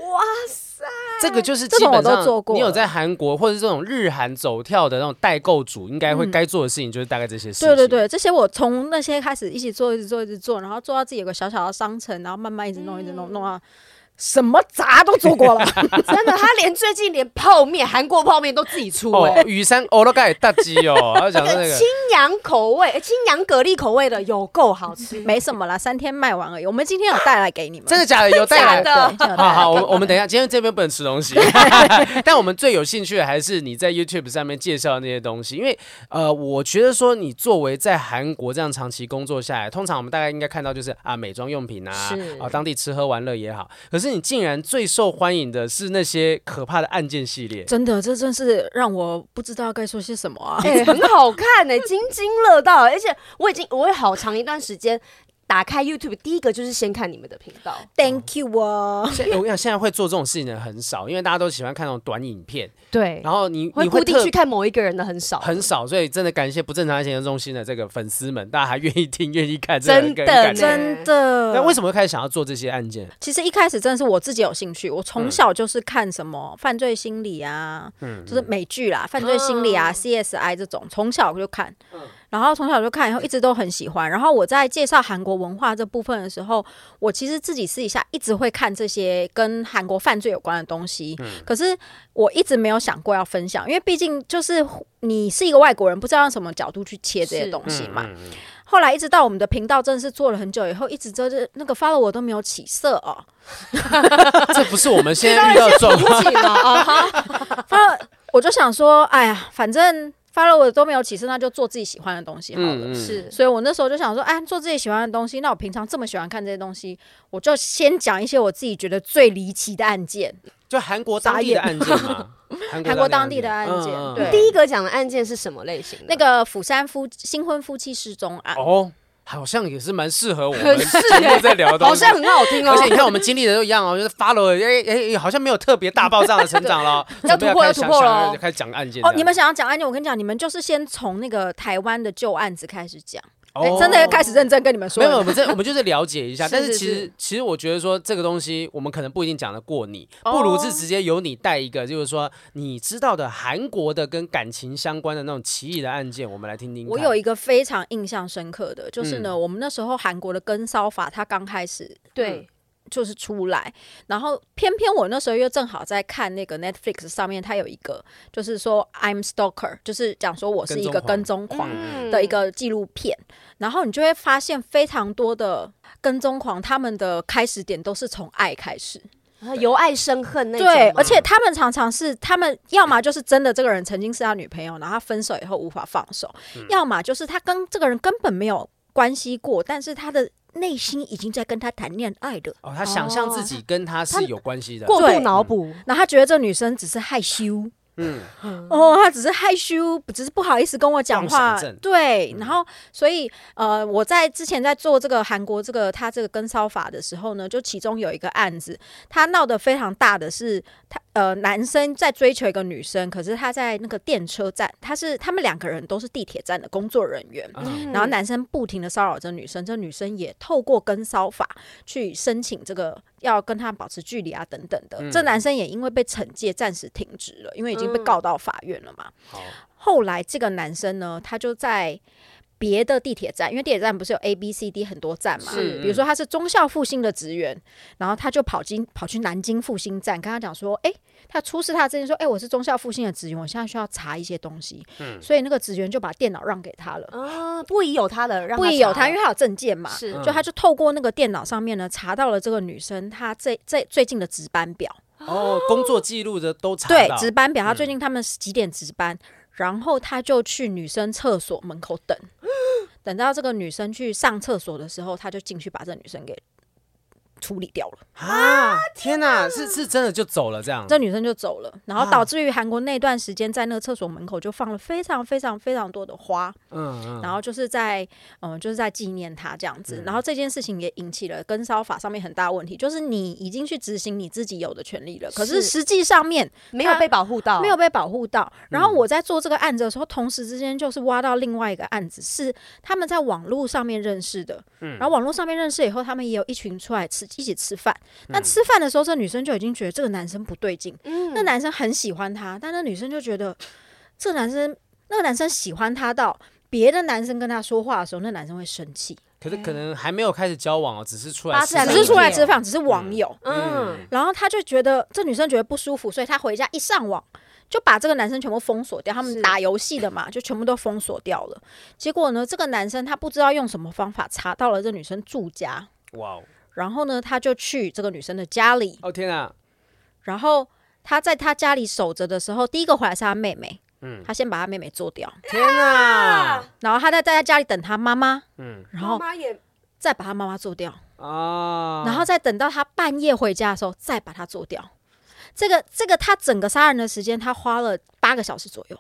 S1: 塞，
S3: 这个就是
S2: 这
S3: 基
S2: 种
S3: 本
S2: 我都
S3: 上
S2: 做过
S3: 你有
S2: 了
S3: 在韩国或者是这种日韩走跳的那种代购组，应该会
S2: 嗯
S3: 该做的事情就是大概这些事情。
S2: 对对对，这些我从那些开始一起做，一直做，一直做，然后做到自己有个小小的商城，然后慢慢一直弄，一直
S1: 嗯
S2: 弄，弄到什么杂都 做过了。
S1: 真的，他连最近连泡面，韩国泡面都自己出哎、
S3: 哦，雨山欧罗盖大鸡 哦，要讲
S1: 那
S3: 到那
S1: 个
S3: 个
S1: 青阳口味、哎青阳蛤蜊口味的有够好吃，
S2: 没什么啦，三天卖完而已。我们今天有带来给你们，
S3: 真的假的？有带来
S1: 真的假的
S2: 对，真的有带来
S3: 好好，我们我们等一下，今天这边不能吃 东西，但我们最有兴趣的还是你在 YouTube 上面介绍的那些东西，因为呃，我觉得说你作为在韩国这样长期工作下来，通常我们大概应该看到就是啊美妆用品啊，
S1: 是
S3: 啊当地吃喝玩乐也好，可是你竟然最受欢迎的是那些可怕的案件系列，
S2: 真的，这真是让我不知道该说些 什么啊！
S1: 欸哎、很好看哎、津津乐道，而且我已经我也好长一段时间。打开 YouTube，第一个就是先看你们的频道。
S2: Thank you 哦，
S3: 现我跟你讲，现在会做这种事情的人很少，因为大家都喜欢看那种短影片，
S1: 对，
S3: 然后你
S1: 会
S3: 你
S1: 固定
S3: 特
S1: 去看某一个人的很少，
S3: 很少，所以真的感谢不正常爱情中心的这个粉丝们，大家还愿意听、愿意看，
S1: 真的
S3: 的很感
S1: 呢
S3: 人。
S2: 真的。
S3: 但为什么会开始想要做这些案 件？
S2: 其实一开始真的是我自己有兴趣，我从
S3: 嗯
S2: 小就是看什么犯罪心理啊，就是美剧啦、犯罪心理啊、
S1: 嗯
S2: CSI 这种，从小就看。
S3: 嗯
S2: 然后从小就看，以后一直都很喜欢。然后我在介绍韩国文化这部分的时候，我其实自己私底下一直会看这些跟韩国犯罪有关的东西，
S3: 嗯
S2: 可是我一直没有想过要分享，因为毕竟就是你是一个外国人，不知道用什么角度去切这些
S1: 是
S2: 东西嘛。
S3: 嗯嗯
S2: 后来一直到我们的频道真的是做了很久以后，一直就是那个 follow 我都没有起色哦。
S3: 这不是我们现在遇到的状况。
S1: 紧了 啊哈！
S2: follow 我就想说，哎呀，反正 follow 我都没有起色，那就做自己喜欢的东西好了。
S3: 嗯，
S1: 是
S2: 所以我那时候就想说，哎，做自己喜欢的东西，那我平常这么喜欢看这些东西，我就先讲一些我自己觉得最离奇的案件，
S3: 就韩国当地的案件 嘛，
S2: 韩国当地的案
S3: 案
S2: 件
S3: 嗯嗯嗯
S2: 对
S1: 第一个讲的案件是什么类型的？
S2: 那个釜山夫新婚夫妻失踪案。
S3: 哦，好像也是蛮适合我们
S1: 很是
S3: 节目在聊的东
S1: 好
S3: 西，
S1: 像很好听哦
S3: 而，且你看，我们经历的都一样哦，就是 follow，哎哎，哎好像没有特别大爆炸的成 长了，
S1: 要突破
S3: 准备开始
S1: 要突破
S3: 想
S1: 了哦
S3: 想开始讲案件
S2: 哦
S3: 这样。，
S2: 你们想要讲案件，我跟你讲，你们就是先从那个台湾的旧案子开始讲，哎
S3: 哦
S2: 真的要开始认真跟你们说
S3: 没有，
S2: 了。
S3: 没有我们这我们就是了解 一下，
S1: 是
S3: 但是
S1: 是
S3: 其实
S1: 是
S3: 其实我觉得说这个东西我们可能不一定讲得过你，不如
S2: 哦
S3: 是直接由你带一个，就是说你知道的韩国的跟感情相关的那种奇异的案件，我们来听听看。
S2: 我有一个非常印象深刻的，就是呢，我们那时候韩国的跟骚法，它刚开始嗯
S1: 对，
S2: 就是出来，然后偏偏我那时候又正好在看那个 Netflix 上面，它有一个就是说 I'm stalker，就是讲说我是一个跟
S3: 跟
S2: 踪狂
S1: 嗯
S2: 的一个纪录片，然后你就会发现非常多的跟踪狂，他们的开始点都是从爱开始，
S1: 啊由爱生恨那种吗，
S2: 对，而且他们常常是他们要么就是真的这个人曾经是他女朋友，然后他分手以后无法放手，
S1: 嗯
S2: 要么就是他跟这个人根本没有关系过，但是他的内心已经在跟他谈恋爱了。
S3: 哦，他想象自己跟他是有关系的，
S1: 过
S2: 对
S1: 度脑补，
S2: 然后他觉得这女生只是害羞，
S3: 嗯，
S2: 哦，他只是害羞，只是不好意思跟我讲
S3: 妄
S2: 话
S3: 想症。嗯
S2: 对，然后所以呃，我在之前在做这个韩国这个他这个跟骚法的时候呢，就其中有一个案子，他闹得非常大的是他呃男生在追求一个女生，可是他在那个电车站，他是他们两个人都是地铁站的工作人员。
S3: 嗯
S2: 然后男生不停的骚扰这女生，这女生也透过跟骚法去申请这个要跟他保持距离啊等等的。这男生也因为被惩戒暂时停职了，因为已
S3: 嗯
S2: 经被告到法院了嘛。
S3: 好，
S2: 后来这个男生呢，他就在别的地铁站，因为地铁站不是有 A、B、C、D 很多站嘛，
S3: 是
S2: 比如说他是中校复兴的职员，然后他就跑进跑去南京复兴站，跟他讲说，诶，他出示他之前说，诶，我是中校复兴的职员，我现在需要查一些东西，所以那个职员就把电脑让给他
S3: 嗯
S2: 了，
S1: 啊，不宜有他嗯的，让
S2: 不疑有
S1: 查
S2: 他，因为他有证件嘛，
S1: 是
S2: 就他就透过那个电脑上面呢，查到了这个女生她这这最近的值班表，
S3: 哦，工作记录的都查
S2: 对
S3: 到，啊
S2: 值班表，他最近他们是几点值班，然后他就去女生厕所门口等，等到这个女生去上厕所的时候，他就进去把这女生给处理掉了，
S3: 啊，天哪，是是真的就走了这样，
S2: 这女生就走了，然后
S3: 啊
S2: 导致于韩国那段时间在那个厕所门口就放了非常非常非常多的花，
S3: 嗯
S2: 然后就是在嗯、呃就是在纪念他这样子，然后这件事情也引起了跟骚法上面很大的问题，就是你已经去执行你自己有的权利了，可
S1: 是
S2: 是实际上面
S1: 没有
S2: 他
S1: 被保护到，
S2: 没有被保护到。然后我在做这个案子的时候，同时之间就是挖到另外一个案子，是他们在网络上面认识的。然后网络上面认识以后，他们也有一群出来吃一起吃饭。但吃饭的时候，这女生就已经觉得这个男生不对劲。那男生很喜欢她，但那女生就觉得这个男生那个男生喜欢她到。别的男生跟她说话的时候，那男生会生气，
S3: 可是可能还没有开始交往哦，只是出来
S1: 八
S3: 吃
S1: 字还
S3: 饭，哦
S2: 只
S1: 没
S2: 是出来
S1: 有
S2: 吃饭，只是网友。
S1: 嗯，
S2: 然后他就觉得这女生觉得不舒服，所以他回家一上网就把这个男生全部封锁掉。他们
S1: 是
S2: 打游戏的嘛，就全部都封锁掉了。结果呢，这个男生他不知道用什么方法查到了这女生住家，
S3: 哇哦，
S2: 然后呢，他就去这个女生的家里，
S3: 哦天哪，
S2: 然后他在他家里守着的时候，第一个回来是他妹妹，嗯，他先把他妹妹做掉，
S3: 天哪，
S2: 然后他在在他家里等他妈妈，嗯
S3: 嗯，
S2: 然后
S1: 妈也
S2: 再把他妈妈做掉。
S3: 啊，
S2: 然后再等到他半夜回家的时候，再把它做掉。这个这个，他整个杀人的时间，他花了八个小时左右。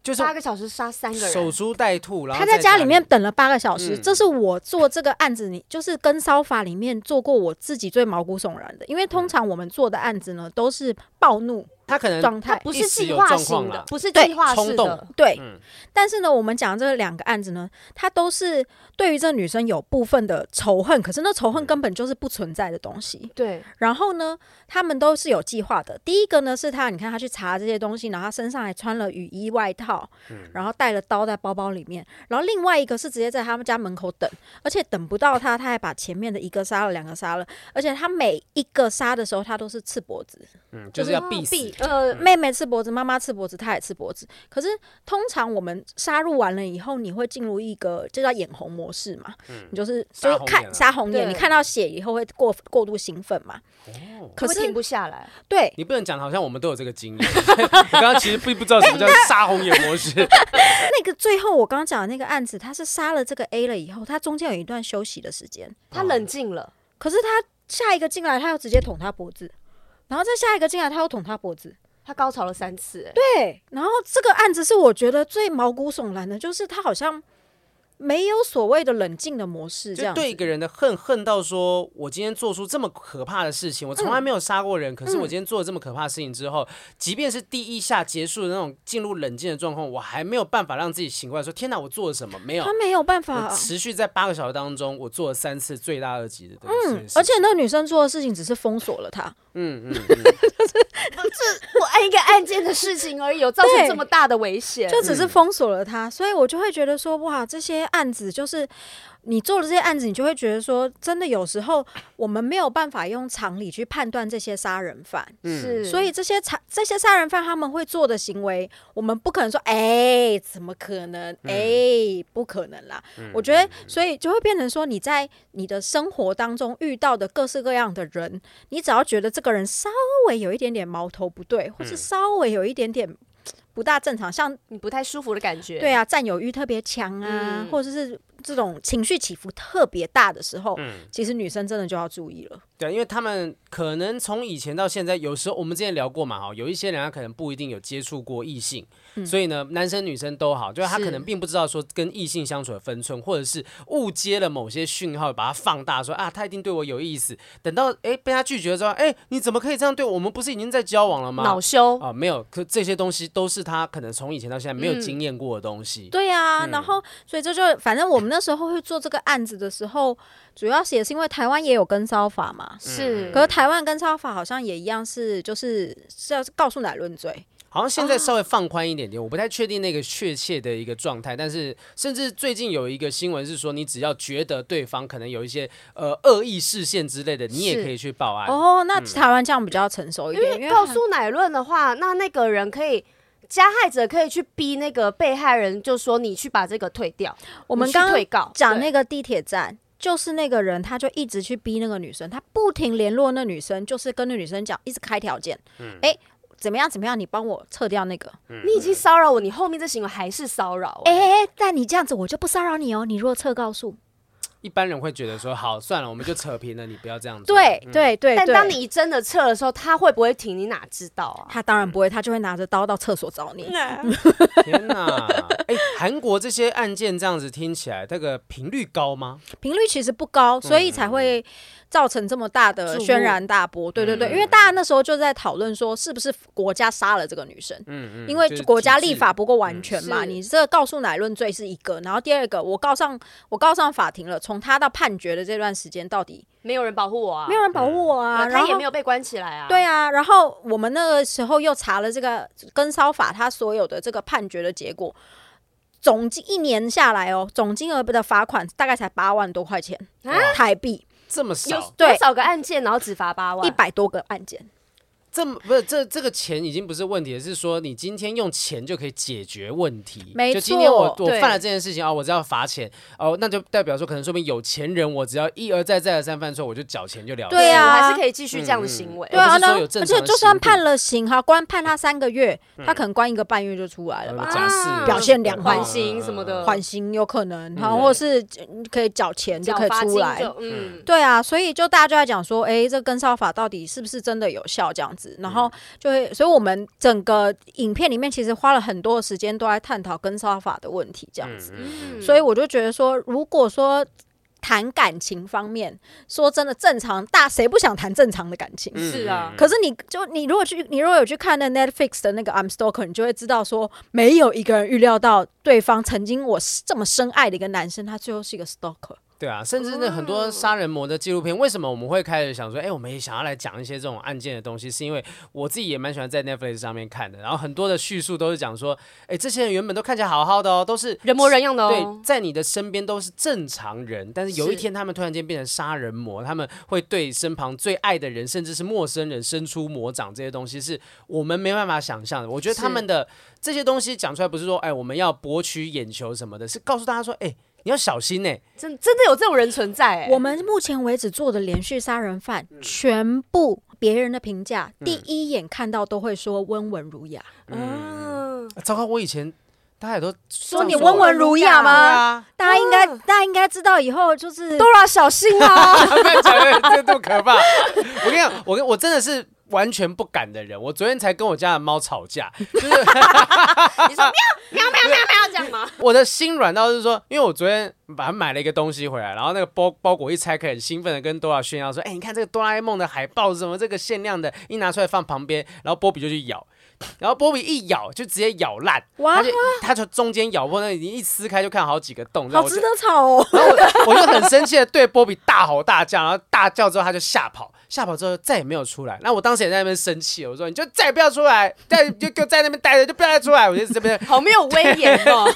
S3: 就是
S1: 八个小时杀三个
S3: 守
S1: 人，
S3: 株待兔，然后
S2: 他在家
S3: 家
S2: 里面等了八个小时，
S3: 嗯
S2: 这是我做这个案子里，就是跟骚法里面做过我自己最毛骨悚然的。因为通常我们做的案子呢，都是暴怒
S3: 嗯他可能
S2: 状
S1: 他
S2: 态，
S1: 不
S3: 一
S1: 是
S3: 时
S1: 计
S3: 有
S1: 划
S3: 状
S1: 型
S3: 况
S1: 的
S3: 啦，
S1: 不是
S2: 对
S1: 计划
S3: 冲
S1: 式
S3: 动
S1: 的，
S2: 对。
S3: 嗯
S2: 但是呢，我们讲这两个案子呢，它都是对于这女生有部分的仇恨，可是那仇恨根本就是不存在的东西。
S1: 对，
S2: 然后呢，他们都是有计划的。第一个呢是他，你看他去查这些东西，然后他身上还穿了雨衣外套，
S3: 嗯
S2: 然后带了刀在包包里面。然后另外一个是直接在他们家门口等，而且等不到他，他还把前面的一个杀了，两个杀了，而且他每一个杀的时候，他都是刺脖子，
S3: 嗯，就是要必死，
S1: 必
S3: 嗯
S1: 呃，
S2: 妹妹刺脖子，妈妈刺脖子，他也刺脖子。可是通常我们杀入完了以后，你会进入一个这叫眼红模式嘛？你就是就是
S3: 嗯杀红眼
S2: 看
S3: 啊
S2: 杀红眼，
S1: 对
S2: 你看到血以后会过过度兴奋嘛？可
S3: 哦
S1: 会
S2: 是
S1: 停不下来。
S2: 对，
S3: 你不能讲，好像我们都有这个经验。 我刚刚其实并不知道什么叫杀红眼模 式。
S2: 那个最后我刚刚讲的那个案子，他是杀了这个 A 了以后，他中间有一段休息的时间，
S1: 他冷静了，
S2: 可是他下一个进来，他又直接捅他脖子，然后再下一个进来，他又捅他脖子。
S1: 他高潮了三次，哎
S2: 对，然后这个案子是我觉得最毛骨悚然的，就是他好像没有所谓的冷静的模式这
S3: 就
S2: 样子。
S3: 对一个人的恨，恨到说我今天做出这么可怕的事情，我
S2: 嗯
S3: 从来没有杀过人，可是我今天做了这么可怕的事情之后，即便是第一下结束的那种进入冷静的状况，我还没有办法让自己醒过来，说天哪，我做了什么？没有
S2: 他，没有办法
S3: 我，持续在八个小时当中，我做了三次罪大恶极的东西。
S2: 嗯，而且那个女生做的事情只是封锁了他，
S3: 嗯嗯嗯，
S1: 我按一个按键的事情而已，有造成
S2: 对
S1: 这么大的危险，
S2: 就只是封锁了他，所以我就会觉得说，哇，这些案子就是你做了这些案子，你就会觉得说，真的有时候我们没有办法用常理去判断这些杀人犯，
S1: 是，
S2: 所以这些杀这些杀人犯他们会做的行为，我们不可能说，哎、怎么可能？哎、不可能啦！我觉得，所以就会变成说，你在你的生活当中遇到的各式各样的人，你只要觉得这个人稍微有一点点矛头不对，或是稍微有一点点。不大正常，像
S1: 你不太舒服的感觉，
S2: 对啊，占有欲特别强啊，
S1: 嗯
S2: 或者是这种情绪起伏特别大的时候，
S1: 嗯
S2: 其实女生真的就要注意了。
S3: 对，啊因为他们可能从以前到现在，有时候我们之前聊过嘛，哈，有一些人他可能不一定有接触过异性，所以呢，男生女生都好，就是他
S1: 嗯是
S3: 可能并不知道说跟异性相处的分寸，或者是误接了某些讯号，把它放大说啊，他一定对我有意思。等到哎被他拒绝之后，哎，你怎么可以这样对我？我们不是已经在交往了吗
S1: 恼？羞，
S2: 哦
S3: 啊，没有，可这些东西都是他可能从以前到现在没
S1: 嗯
S3: 有经验过的东西。
S2: 对呀、然后所以这就反正我们那时候会做这个案子的时候，主要是也是因为台湾也有跟骚法嘛。
S1: 是，
S2: 可是台湾跟骚法好像也一样是，就是是要告诉乃论罪，
S3: 好像现在稍微放宽一点点，我不太确定那个确切的一个状态，但是甚至最近有一个新闻是说，你只要觉得对方可能有一些呃恶意视线之类的，你也
S1: 是
S3: 可以去报
S1: 哎
S3: 案。
S2: 哦，那台湾这样比较成熟一点，因为
S1: 嗯告诉乃论的话，那那个人可以。加害者可以去逼那个被害人，就说你去把这个退掉。
S2: 我们
S1: 你去
S2: 刚刚
S1: 退告
S2: 讲
S1: 对
S2: 那个地铁站，就是那个人，他就一直去逼那个女生，他不停联络那女生，就是跟那女生讲，一直开条件，
S3: 嗯
S2: 哎、怎么样怎么样，你帮我撤掉那个，嗯
S1: 你已经骚扰我，你后面这行为还是骚扰、啊
S2: 哎哎哎，但你这样子我就不骚扰你哦，你若撤告
S3: 嗯
S2: 诉，
S3: 一般人会觉得说，好算了，我们就扯平了，你不要这样做。
S2: 对
S3: 嗯
S2: 对对，
S1: 但
S2: 对
S1: 当你真的撤的时候，他会不会停？你哪知道啊？
S2: 他当然不会，他就会拿着刀到厕所找
S1: 嗯
S2: 你。
S3: 啊天哪！哎、韩国这些案件这样子听起来，这个频率高吗？
S2: 频率其实不高，所
S3: 嗯
S2: 以才会造成这么大的
S1: 注目
S2: 轩然大波。对
S3: 嗯
S2: 对对，因为大家那时候就在讨论说，是不是国家杀了这个女生？
S3: 嗯嗯，
S2: 因为
S3: 就是嗯
S2: 国家
S3: 体制
S2: 立法不够完全嘛，
S1: 是
S2: 你这个告诉乃论罪是一个，然后第二个我告上我告上法庭了，从他到判决的这段时间到底
S1: 没有人保护我啊，
S2: 没有人保护我啊，
S1: 啊，他也没
S2: 有。
S1: 有被关起来啊。
S2: 对啊，然后我们那个时候又查了这个跟骚法，他所有的这个判决的结果，总金一年下来哦，总金额的罚款大概才八万多块钱、
S1: 啊，
S2: 台币，
S3: 这么
S1: 有
S3: 少，
S2: 对
S1: 多少个案件，然后只罚八万？
S2: 一百多个案件。
S3: 这么不是这这个钱已经不是问题，是说你今天用钱就可以解决问题。
S2: 没
S3: 就今天我
S2: 错
S3: 我
S1: 对
S3: 犯了这件事情啊、我只要罚钱哦，那就代表说可能说明有钱人，我只要一而再再而三犯错，我就缴钱就了事。
S2: 对啊
S1: 还是可以继续这样的行为。
S2: 对啊，
S3: 哎而不是
S2: 那
S3: 说有
S2: 而
S3: 正
S2: 且
S3: 常的
S2: 就算
S3: 刑度嗯
S2: 判了刑哈，关判他三个月，他可能关一个半月就出来了
S3: 呃
S2: 吧？
S3: 假
S1: 啊
S3: 释
S2: 表现良好
S1: 缓刑什么的，
S2: 缓刑有可能，然后
S3: 嗯
S2: 或是嗯可以缴钱就
S1: 缴
S2: 可以
S1: 罚
S2: 出
S1: 金
S2: 来
S1: 就。嗯，
S2: 对啊，所以就大家就在讲说，哎、这跟骚法到底是不是真的有效？这样子，
S1: 嗯
S2: 然后就会，所以我们整个影片里面其实花了很多的时间都在探讨跟骚法的问题，这样子。
S1: 嗯
S2: 所以我就觉得说，如果说谈感情方面，说真的，正常大谁不想谈正常的感情？
S3: 嗯
S1: 是啊
S2: 可是你就你如果去你如果有去看那 Netflix 的那个 I'm Stalker，你就会知道说，没有一个人预料到对方曾经我这么深爱的一个男生，他最后是一个 stalker。
S3: 对啊，甚至那很多杀人魔的纪录片，为什么我们会开始想说，哎、我们也想要来讲一些这种案件的东西？是因为我自己也蛮喜欢在 Netflix 上面看的，然后很多的叙述都是讲说，哎、这些人原本都看起来好好的哦，都是
S1: 人模人样的
S3: 对，
S1: 哦。
S3: 在你的身边都是正常人，但是有一
S1: 是
S3: 天他们突然间变成杀人魔，他们会对身旁最爱的人，甚至是陌生人伸出魔掌，这些东西是我们没办法想象的。我觉得他
S1: 是
S3: 们的这些东西讲出来，不是说哎我们要博取眼球什么的，是告诉大家说，哎、你要小心呢、
S1: 真真的有这种人存在、欸，
S2: 我们目前为止做的连续杀人犯，全部别人的评价，第一眼看到都会说温文儒雅。
S1: 嗯，
S3: 啊糟糕，我以前大家也都
S2: 说你
S3: 这样
S2: 温文儒雅
S3: 对
S2: 吗？
S3: 啊，
S2: 大家应该，大家应该知道以后就是
S1: 多拉小心啊！
S3: 他们讲的这多可怕！我跟你讲，我跟我真的是。完全不敢的人，我昨天才跟我家的猫吵架，
S1: 你说喵喵喵喵喵这样吗？
S3: 我的心软到是说，因为我昨天把它买了一个东西回来，然后那个包包裹一拆开，很兴奋的跟多拉炫耀说：“哎、你看这个哆啦 A 梦的海报是什么，这个限量的，一拿出来放旁边，然后波比就去咬，然后波比一咬就直接咬烂，
S2: 哇
S3: 他，就他就中间咬破那已经一撕开就看好几个洞，然
S2: 好
S3: 后我
S2: 值
S3: 就
S2: 得吵哦。
S3: 然后我我就很生气的对波比大吼大叫，然后大叫之后他就吓跑，吓跑之后再也没有出来。那我当时也在那边生气，我说你就再也不要出来，再你就给我在那边待着，就不要再出来。我就这边
S1: 好没有威严 哦！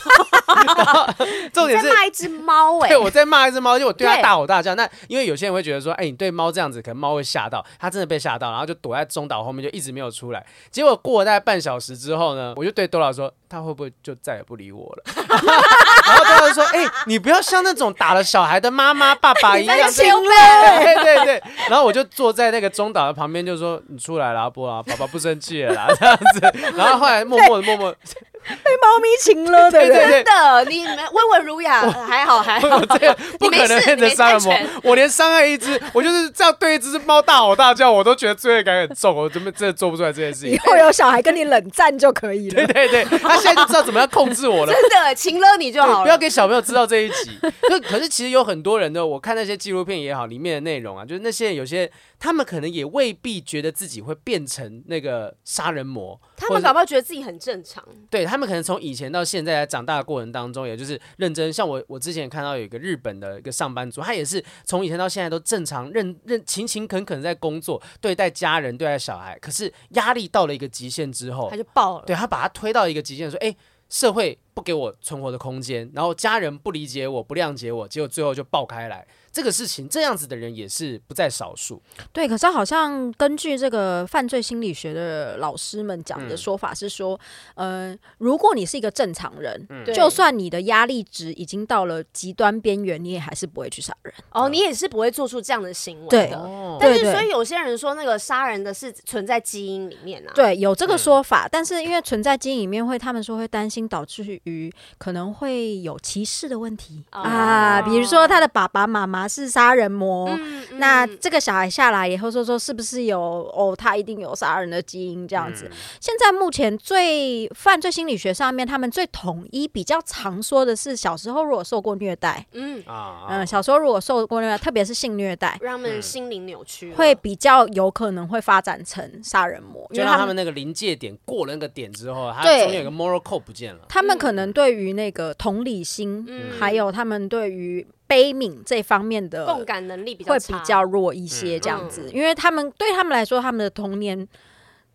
S3: 重点
S1: 在
S3: 是
S1: 骂一只猫哎、
S3: 对，我在骂一只猫，就我对它
S1: 对
S3: 大吼大叫。那因为有些人会觉得说，哎、你对猫这样子，可能猫会吓到，它真的被吓到，然后就躲在中岛后面，就一直没有出来。结果过了大概半小时之后呢，我 就对多老说，它会不会就再也不理我了？ 然后多老说，哎、你不要像那种打了小孩的妈妈、爸爸一样，
S1: 轻
S3: 对
S1: 了
S3: 对对对。然后我就坐在那个中岛的旁边，就说，你出来啦，波啊，爸爸不生气了啦，这样子。然后后来默默的默默，
S2: 被猫咪情了的
S3: 对 对
S2: 人，
S1: 真的，你们温文儒雅，呃还好还 好。
S3: 我这个不可能变成杀人
S1: 你没事你没
S3: 魔
S1: 猜，
S3: 我连伤害一只， 我就是这样对一只猫大吼大叫，我都觉得罪恶感很重，我怎么真的做不出来这件事
S2: 以
S3: 情？
S2: 后有小孩跟你冷战就可以了
S3: 对。对对，他现在就知道怎么样控 制我了。
S1: 真的，勤了你就好
S3: 对不要
S1: 了。
S3: 给小朋友知道这一集。就可是其实有很多人呢，我看那些纪录片也好，里面的内容啊，就是那些人有些他们可能也未必觉得自己会变成那个杀人魔，
S1: 他
S3: 或者
S1: 们
S3: 是
S1: 搞不好觉得自己很正常，
S3: 对他们可能从以前到现在长大的过程当中，也就是认真。像我，我之前看到有一个日本的一个上班族，他也是从以前到现在都正常认认勤勤恳恳地在工作，对待家人，对待小孩。可是压力到了一个极限之后
S1: 他，就爆了。
S3: 对他把他推到一个极限，说：“哎、社会不给我存活的空间，然后家人不理解我，不谅解我，结果最后就爆开来。”这个事情，这样子的人也是不在少数。
S2: 对，可是好像根据这个犯罪心理学的老师们讲的说法是说，呃，如果你是一个正常人，
S1: 对
S2: 就算你的压力值已经到了极端边缘，你也还是不会去杀人。啊
S1: 哦，
S3: 嗯
S1: 你也是不会做出这样的行为
S2: 对
S1: 的。
S3: 哦
S1: 但
S2: 对
S1: 是，
S2: 对
S1: 所以有些人说那个杀人的是存在基因里面啊。
S2: 对，有这个说法，但是因为存在基因里面会，他们说会担心导致于可能会有歧视的问题、
S1: 哦
S2: 啊，比如说他的爸爸妈妈是杀人魔。
S1: 嗯，嗯
S2: 那
S1: 嗯
S2: 这个小孩下来以后，说说是不是有哦，他一定有杀人的基因这样子。现在目前最犯罪心理学上面，他们最统一比较常说的是，小时候如果受过虐待，
S1: 嗯，
S3: 啊啊
S2: 嗯，小时候如果受过虐待，特别是性虐待，
S1: 让他
S3: 嗯
S1: 们心灵扭曲了，
S2: 会比较有可能会发展成杀人魔，因
S3: 就
S2: 为
S3: 让
S2: 他
S3: 他
S2: 们
S3: 们那个临界点过了那个点之后，他
S2: 对
S3: 中间有个 moral code 不见了。
S2: 他们可能对于那个同理心，
S1: 嗯
S2: 还有他们对于悲悯这方面的
S1: 共感能力比较
S2: 会
S1: 差嗯
S2: 比较弱一些，
S3: 嗯
S2: 这样子，因为他们对他们来说，他们的童年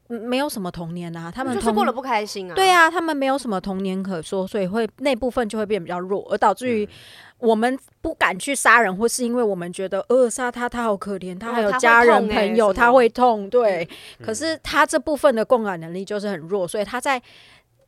S2: 嗯没有什么童年啊，他们
S1: 就是
S2: 童
S1: 过得不开心啊。
S2: 对啊，他们没有什么童年可说，所以会那部分就会变比较弱，而导致
S3: 嗯
S2: 于我们不敢去杀人，或是因为我们觉得扼杀他，他好可怜，他
S1: 嗯
S2: 还有
S1: 他会
S2: 家人、
S1: 痛欸
S2: 朋
S1: 什
S2: 友，
S1: 么嗯
S2: 他会痛。对，可是他这部分的共感能力就是很弱，所以他在。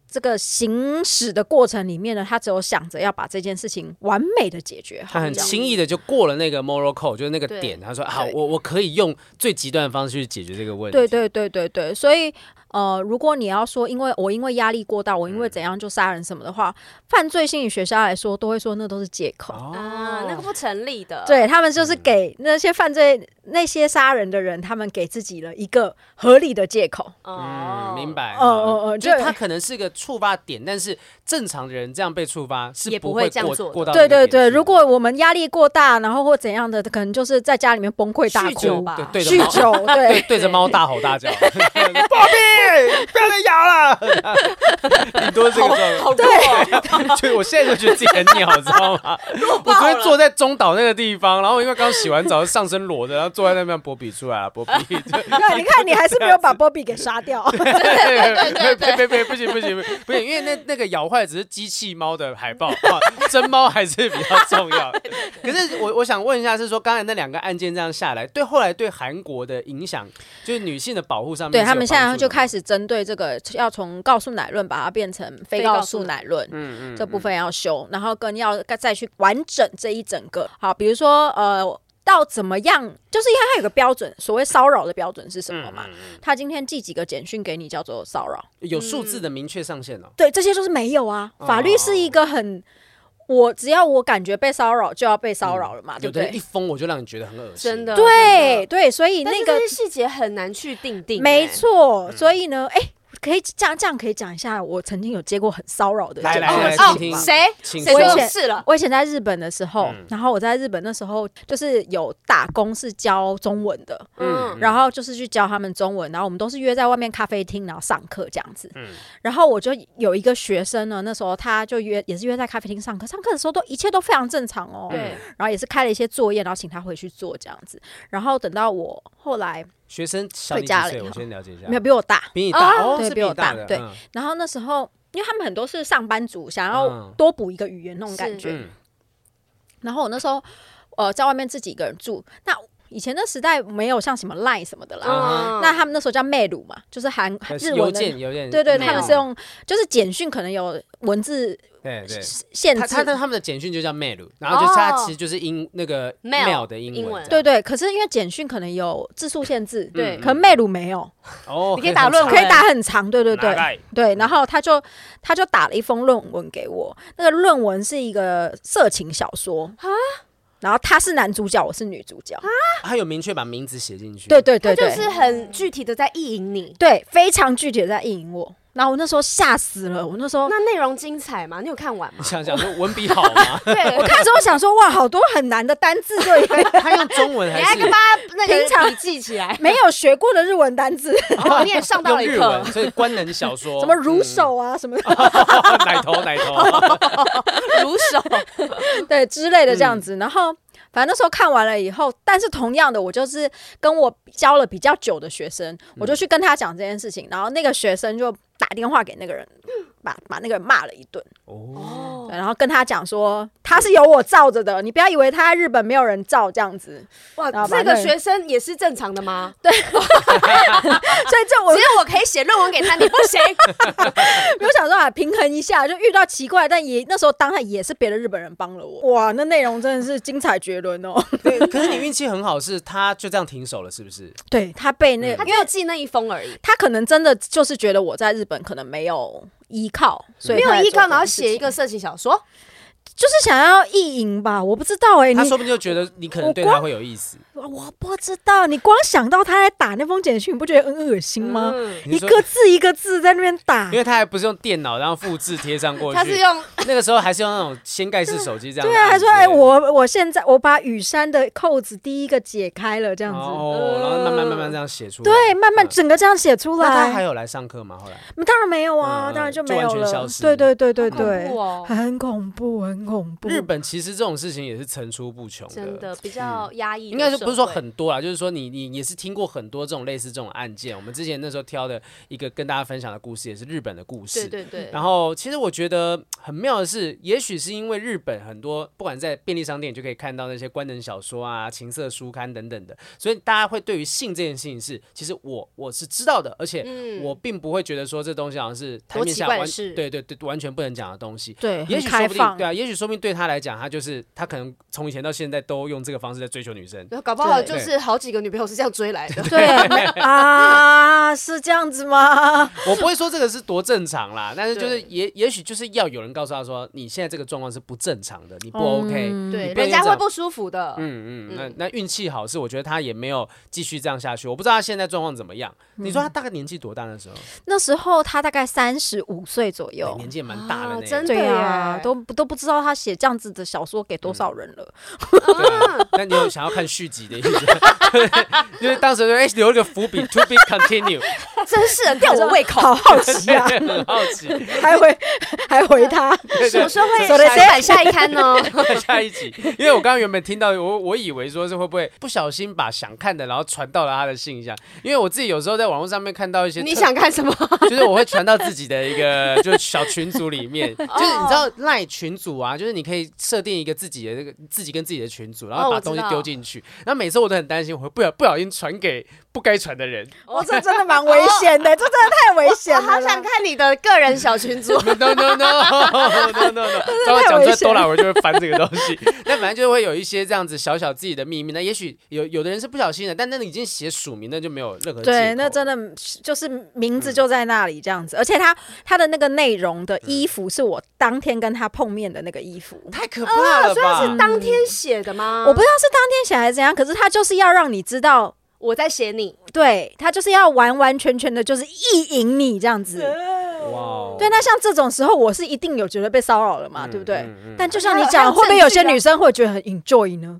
S2: 这个行驶的过程里面呢，他只有想着要把这件事情完美的解决好
S3: 他，很
S2: 这样
S3: 轻易的就过了那个 moral code，就是那个
S1: 对
S3: 点。他说：“好，啊
S2: 对
S3: 我我可以用最极端的方式去解决这个问题。”
S2: 对对对对对，所以呃，如果你要说因为我因为压力过大，我因为怎样就杀人什么的话，犯罪心理学家来说都会说那都是借口。
S3: 哦
S1: 啊，那个不成立的。，
S2: 对他们就是给那些犯罪、那些杀人的人，他们给自己了一个合理的借口。
S1: 哦
S3: 嗯，，明。白。
S2: 哦哦哦
S3: 就是
S2: 对
S3: 他可能是个触发点，但是正常的人这样被触发是
S1: 也不
S3: 会
S1: 会这样
S3: 过
S1: 做的
S3: 过到
S2: 对
S3: 那
S2: 对
S3: 个点
S2: 对，
S3: 去
S2: 如果我们压力过大，然后或怎样的，可能就是在家里面崩溃大
S1: 酗酒
S2: 哭
S1: 吧，
S3: 对对着
S2: 酗
S3: 猫
S2: 酒，
S3: 对
S2: 对，
S3: 对着猫大吼大叫，宝贝，不要再咬了，顶多是这个状
S1: 好
S3: 况。
S1: 弱哦，
S3: 就我现在就觉得自己很鸟，知道吗？我昨天坐在中岛那个地方，然后因为刚洗完澡，上身裸着，然后坐在那边波比出来啊了，波比， 对
S2: 对，你看你还是没有把波比给杀掉，
S3: 对对对对，不行不行不行，不行，因为那那个咬坏只是机器猫的海报，啊真猫还是比较重 要。可是我我想问一下，是说刚才那两个案件这样下来，对后来对韩国的影响，就是女性的保护上面是
S2: 对
S3: 有帮助的吗，
S2: 他们现在就开始针对这个，要从告诉乃论把它变成非告诉乃论，嗯嗯，这部分要修，然后跟要再去完整这一整个，好，比如说呃。到怎么样？就是因为它有个标准，所谓骚扰的标准是什么
S3: 嗯
S2: 嘛？他今天寄几个简讯给你叫做骚扰，
S3: 有数字
S2: 嗯
S3: 的明确上限哦。
S2: 对，这些就是没有啊。法律是一个很，我只要我感觉被骚扰就要被骚扰了嘛，啊对
S3: 嗯有
S2: 不
S3: 的人一
S2: 对？
S3: 封我就让你觉得很恶心，
S1: 真的。
S2: 对对，所
S1: 真
S2: 以
S1: 的，但是
S2: 那个
S1: 这些细节很难去定
S3: 嗯
S1: 定。
S2: 没
S1: 哎，
S2: 错，所以呢，哎、可以这样这样可以讲一下，我曾经有接过很骚扰的
S3: 来
S2: 简
S3: 来
S2: 讯
S3: 来
S2: 吧
S1: 哦
S3: 听，听
S1: 谁
S3: 请
S1: 谁
S3: 说
S1: 说有事了？
S2: 我以前在日本的时候，然后我在日本那时候就是有打工是教中文的，
S1: 嗯，
S2: 然后就是去教他们中文，然后我们都是约在外面咖啡厅，然后上课这样子。然后我就有一个学生呢，那时候他就约也是约在咖啡厅上课，上课的时候都一切都非常正常哦。
S3: 嗯
S1: 对，
S2: 然后也是开了一些作业，然后请他回去做这样子。然后等到我后来
S3: 学生小你几
S2: 回家了
S3: 岁？
S2: 以后
S3: 我先了解一下，
S2: 没有比我大，
S3: 比你大哦，
S2: 对
S3: 是
S2: 比我
S3: 你
S2: 大
S3: 的
S2: 对
S3: 嗯
S2: 然后那时候，因为他们很多是上班族，想要
S3: 嗯
S2: 多补一个语言那种感觉。
S1: 是
S3: 嗯
S2: 然后我那时候，呃，在外面自己一个人住。那以前的时代没有像什么 Line 什么的啦，
S3: 啊
S1: 嗯，
S2: 那他们那时候叫 mail 嘛，就是韩
S3: 但是
S2: 日
S3: 邮
S2: 文的。
S3: 件邮件，
S2: 对对，
S1: mail
S2: 他们是用就是简讯，可能有文字
S3: 对对。
S2: 限
S3: 他他
S2: 制。
S3: 的他们的简讯就叫 mail，然后就是他
S1: 哦
S3: 其实就是英那个
S1: mail，
S3: mail 的英
S1: 英
S3: 文
S1: 文
S3: 这
S2: 对
S3: 样，
S2: 对，可是因为简讯可能有字数限制，
S1: 对
S2: 可能 mail 没有，
S3: 哦，
S1: 你可以打论文嗯
S2: 可以打很长，对对对。
S3: 对，
S2: 对，然后他就他就打了一封论文给我，那个论文是一个色情小说啊，然后他是男主角，我是女主角，
S3: 他有明确把名字写进去，
S2: 对对对
S1: 他就
S2: 对，
S1: 是很具体的在意淫你。
S2: 对非常具体的在意淫我，然后我那时候吓死了，我那时候
S1: 那内容精彩吗？你有看完吗？
S3: 你？想想说文笔好吗
S1: 对
S2: 我看之后想说哇，好多很难的单字，对，
S3: 他用中文还
S1: 你还
S3: 是
S1: 跟他那个
S2: 平常，
S1: 笔记起来
S2: 没有学过的日文单字，
S1: 哦，你也上到
S3: 用
S1: 了一
S3: 日
S1: 课
S3: 文，。所以官能小说
S2: 什么如手啊什么的
S3: 嗯奶头奶头，
S1: 如手，
S2: 对之类的这样子，然后。反正那时候看完了以后，但是同样的，我就是跟我教了比较久的学生，我就去跟他讲这件事情，然后那个学生就打电话给那个人，把把那个人骂了一顿，
S3: 哦，
S2: 对然后跟他讲说他是有我罩着的，你不要以为他在日本没有人罩这样子，
S1: 哇
S2: 然后，把
S1: 这
S2: 那
S1: 个
S2: 个
S1: 学生也是正常的吗？
S2: 所以这我
S1: 只有我可以写论 文给他，你不行。
S2: 我想说啊，平衡一下，就遇到奇怪，但也那时候当然也是别的日本人帮了我，哇，那内容真的是精彩绝伦哦，
S3: 对，可是你运气很好，是他就这样停手了，是不是？
S2: 对他被那
S1: 他
S2: 个，
S1: 只有寄那一封而已，
S2: 他可能真的就是觉得我在日本可能没有依靠，所以
S1: 没有
S2: 他在
S1: 依
S2: 做
S1: 靠，
S2: 这
S1: 然后
S2: 件事
S1: 写一
S2: 情
S1: 个色情小说。
S2: 就是想要意淫吧，我不知道哎、
S3: 他
S2: 你
S3: 说不定就觉得你可能
S2: 我
S3: 对
S2: 光
S3: 他会有意思，
S2: 我不知道，你光想到他在打那封简讯，你不觉得很恶心吗？
S1: 嗯
S3: 你
S2: 一
S3: 说
S2: 个字一个字在那边打
S3: 因，为他还不是用电脑，然后复制贴上过去，
S1: 他是用
S3: 那个时候还是用那种掀盖式手机这样。
S2: 对啊，还说哎、
S3: 按之类的
S2: 我我现在我把雨衫的扣子第一个解开了，这样子，呃
S3: 哦，然后慢慢慢慢这样写出来。
S2: 对，慢慢
S3: 嗯
S2: 整个这样写出
S3: 那他还
S2: 来。
S3: 有来上课吗？后来
S2: 当然没有啊，
S3: 嗯
S2: 当然就
S3: 就
S2: 没有
S3: 完全消
S2: 了。
S3: 失
S2: 对对对对对
S1: 恐怖，哦，
S2: 很恐怖，很恐怖。
S3: 日本其实这种事情也是层出不穷
S1: 真的比较压抑的社会。
S3: 应该是不是说很多啦，就是说你你也是听过很多这种类似这种案件。我们之前那时候挑的一个跟大家分享的故事，也是日本的故事。
S1: 对对对，
S3: 然后，其实我觉得很妙的是，也许是因为日本很多，不管在便利商店你就可以看到那些官能小说啊、情色书刊等等的，所以大家会对于性这件事情是，其实我我是知道的，
S2: 嗯
S3: 而且我并不会觉得说这东西好像是台
S1: 多
S3: 面
S1: 奇
S3: 下
S1: 怪的
S3: 完
S1: 事
S3: 对对对完全不能讲的东西。
S2: 对，
S3: 也
S2: 很
S3: 许说
S2: 开
S3: 不定
S2: 放
S3: 对。啊，也许说明对他来讲，他就是他可能从以前到现在都用这个方式在追求 女生。
S1: 搞不好就
S2: 对
S1: 是好几个女朋友是这样追来的。
S2: 对啊， 是这样子吗？
S3: 我不会说这个是多正常啦，但是就是也也许就是要有人告诉他说，你现在这个状况是不正常的，你不
S2: 哦
S3: OK。
S1: 对，
S3: 嗯你不能
S1: 人家
S3: 这
S1: 会
S3: 样
S1: 不舒服的。
S3: 嗯嗯，那那运气好是，我觉得他也没有继续这样下去。我不知道他现在状况怎么样。你说他大概年纪多大的时候？
S2: 那时候他大概三十五岁左
S3: 哎
S2: 右。
S3: 年纪也蛮大
S1: 啊
S3: 了呢。
S1: 真的
S2: 对啊，
S1: 耶
S2: 都都不知道他写这样子的小说给多少人了。
S1: 嗯
S3: 对啊，那你有想要看续集的意思？ 就是当时说，哎，留一个伏笔，to be continue，
S1: 真是的吊我胃口。
S2: 好好奇啊，
S3: 很好奇。
S2: 还回还回 他，
S3: 对
S1: 什
S3: 对
S1: 么时候会
S2: 说得
S1: 出版下一刊呢？
S3: 下一集，因为我刚刚原本听到，我我以为说是会不会不小心把想看的，然后传到了他的信箱，因为我自己有时候在网络上面看到一些特，
S1: 你想看什么？
S3: 就是我会传到自己的一个就是小群组里面，就是你知道赖群组啊，就是你可以设定一个自己的这个自己跟自己的群组，然后
S1: 哦
S3: 把
S1: 我知
S3: 东西
S1: 道
S3: 丢进去，然后每次我都很担心我会不小不小心传给不该传的人，
S2: 哦，这真的蛮危险的，这真的太危险
S1: 我
S2: 了啦。
S1: 好想看你的个人小群 组。
S3: no no no no no no no，当我讲出来多啦，我就会翻这个东西。但反正就会有一些这样子小小自己的秘密。那也许有有的人是不小心的，但那个已经写署名，那就没有任何
S2: 对，那真
S3: 的
S2: 的就是名字就在那里这样子，而且他他的那个内容的衣服是我当天跟他碰面的那个衣服，
S3: 太可 怕了
S1: 所以他
S3: 吧
S1: 是？当天写的吗？
S2: 我不知道是当天写还是怎样，可是他就是要让你知道，
S1: 我在写你。
S2: 对他就是要完完全全的，就是意淫你这样子。
S3: 哇哦，
S2: 对，那像这种时候，我是一定有觉得被骚扰了嘛，对不对？但就像你
S1: 还有
S2: 讲，会不会
S1: 证
S2: 有
S1: 据
S2: 些
S1: 啊
S2: 女生会觉得很 enjoy 呢？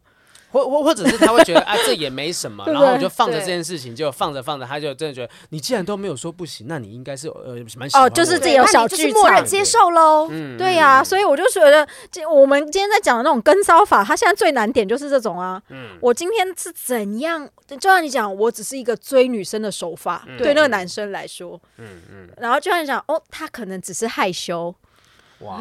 S3: 或或或者是他会觉得啊，这也没什 么，
S2: 对不
S3: 然
S2: 对
S3: 后我就放着这
S1: 对
S3: 件事情，就放着放着，他就真的觉得你既然都没有说不行，那你应该是呃蛮喜欢
S2: 哦就是
S3: 我的
S2: 自己有
S1: 对
S2: 小
S1: 那你就是
S2: 剧
S1: 默
S2: 场
S1: 认接受喽。
S3: 嗯
S2: 对呀、所以我就觉得，这我们今天在讲的那种跟骚法，它现在最难点就是这种啊。
S3: 嗯
S2: 我今天是怎样？就像你讲，我只是一个追女生的手法，
S3: 嗯
S2: 对那个男生来说，嗯嗯。然后就像你讲，哦，他可能只是害羞，
S3: 哇。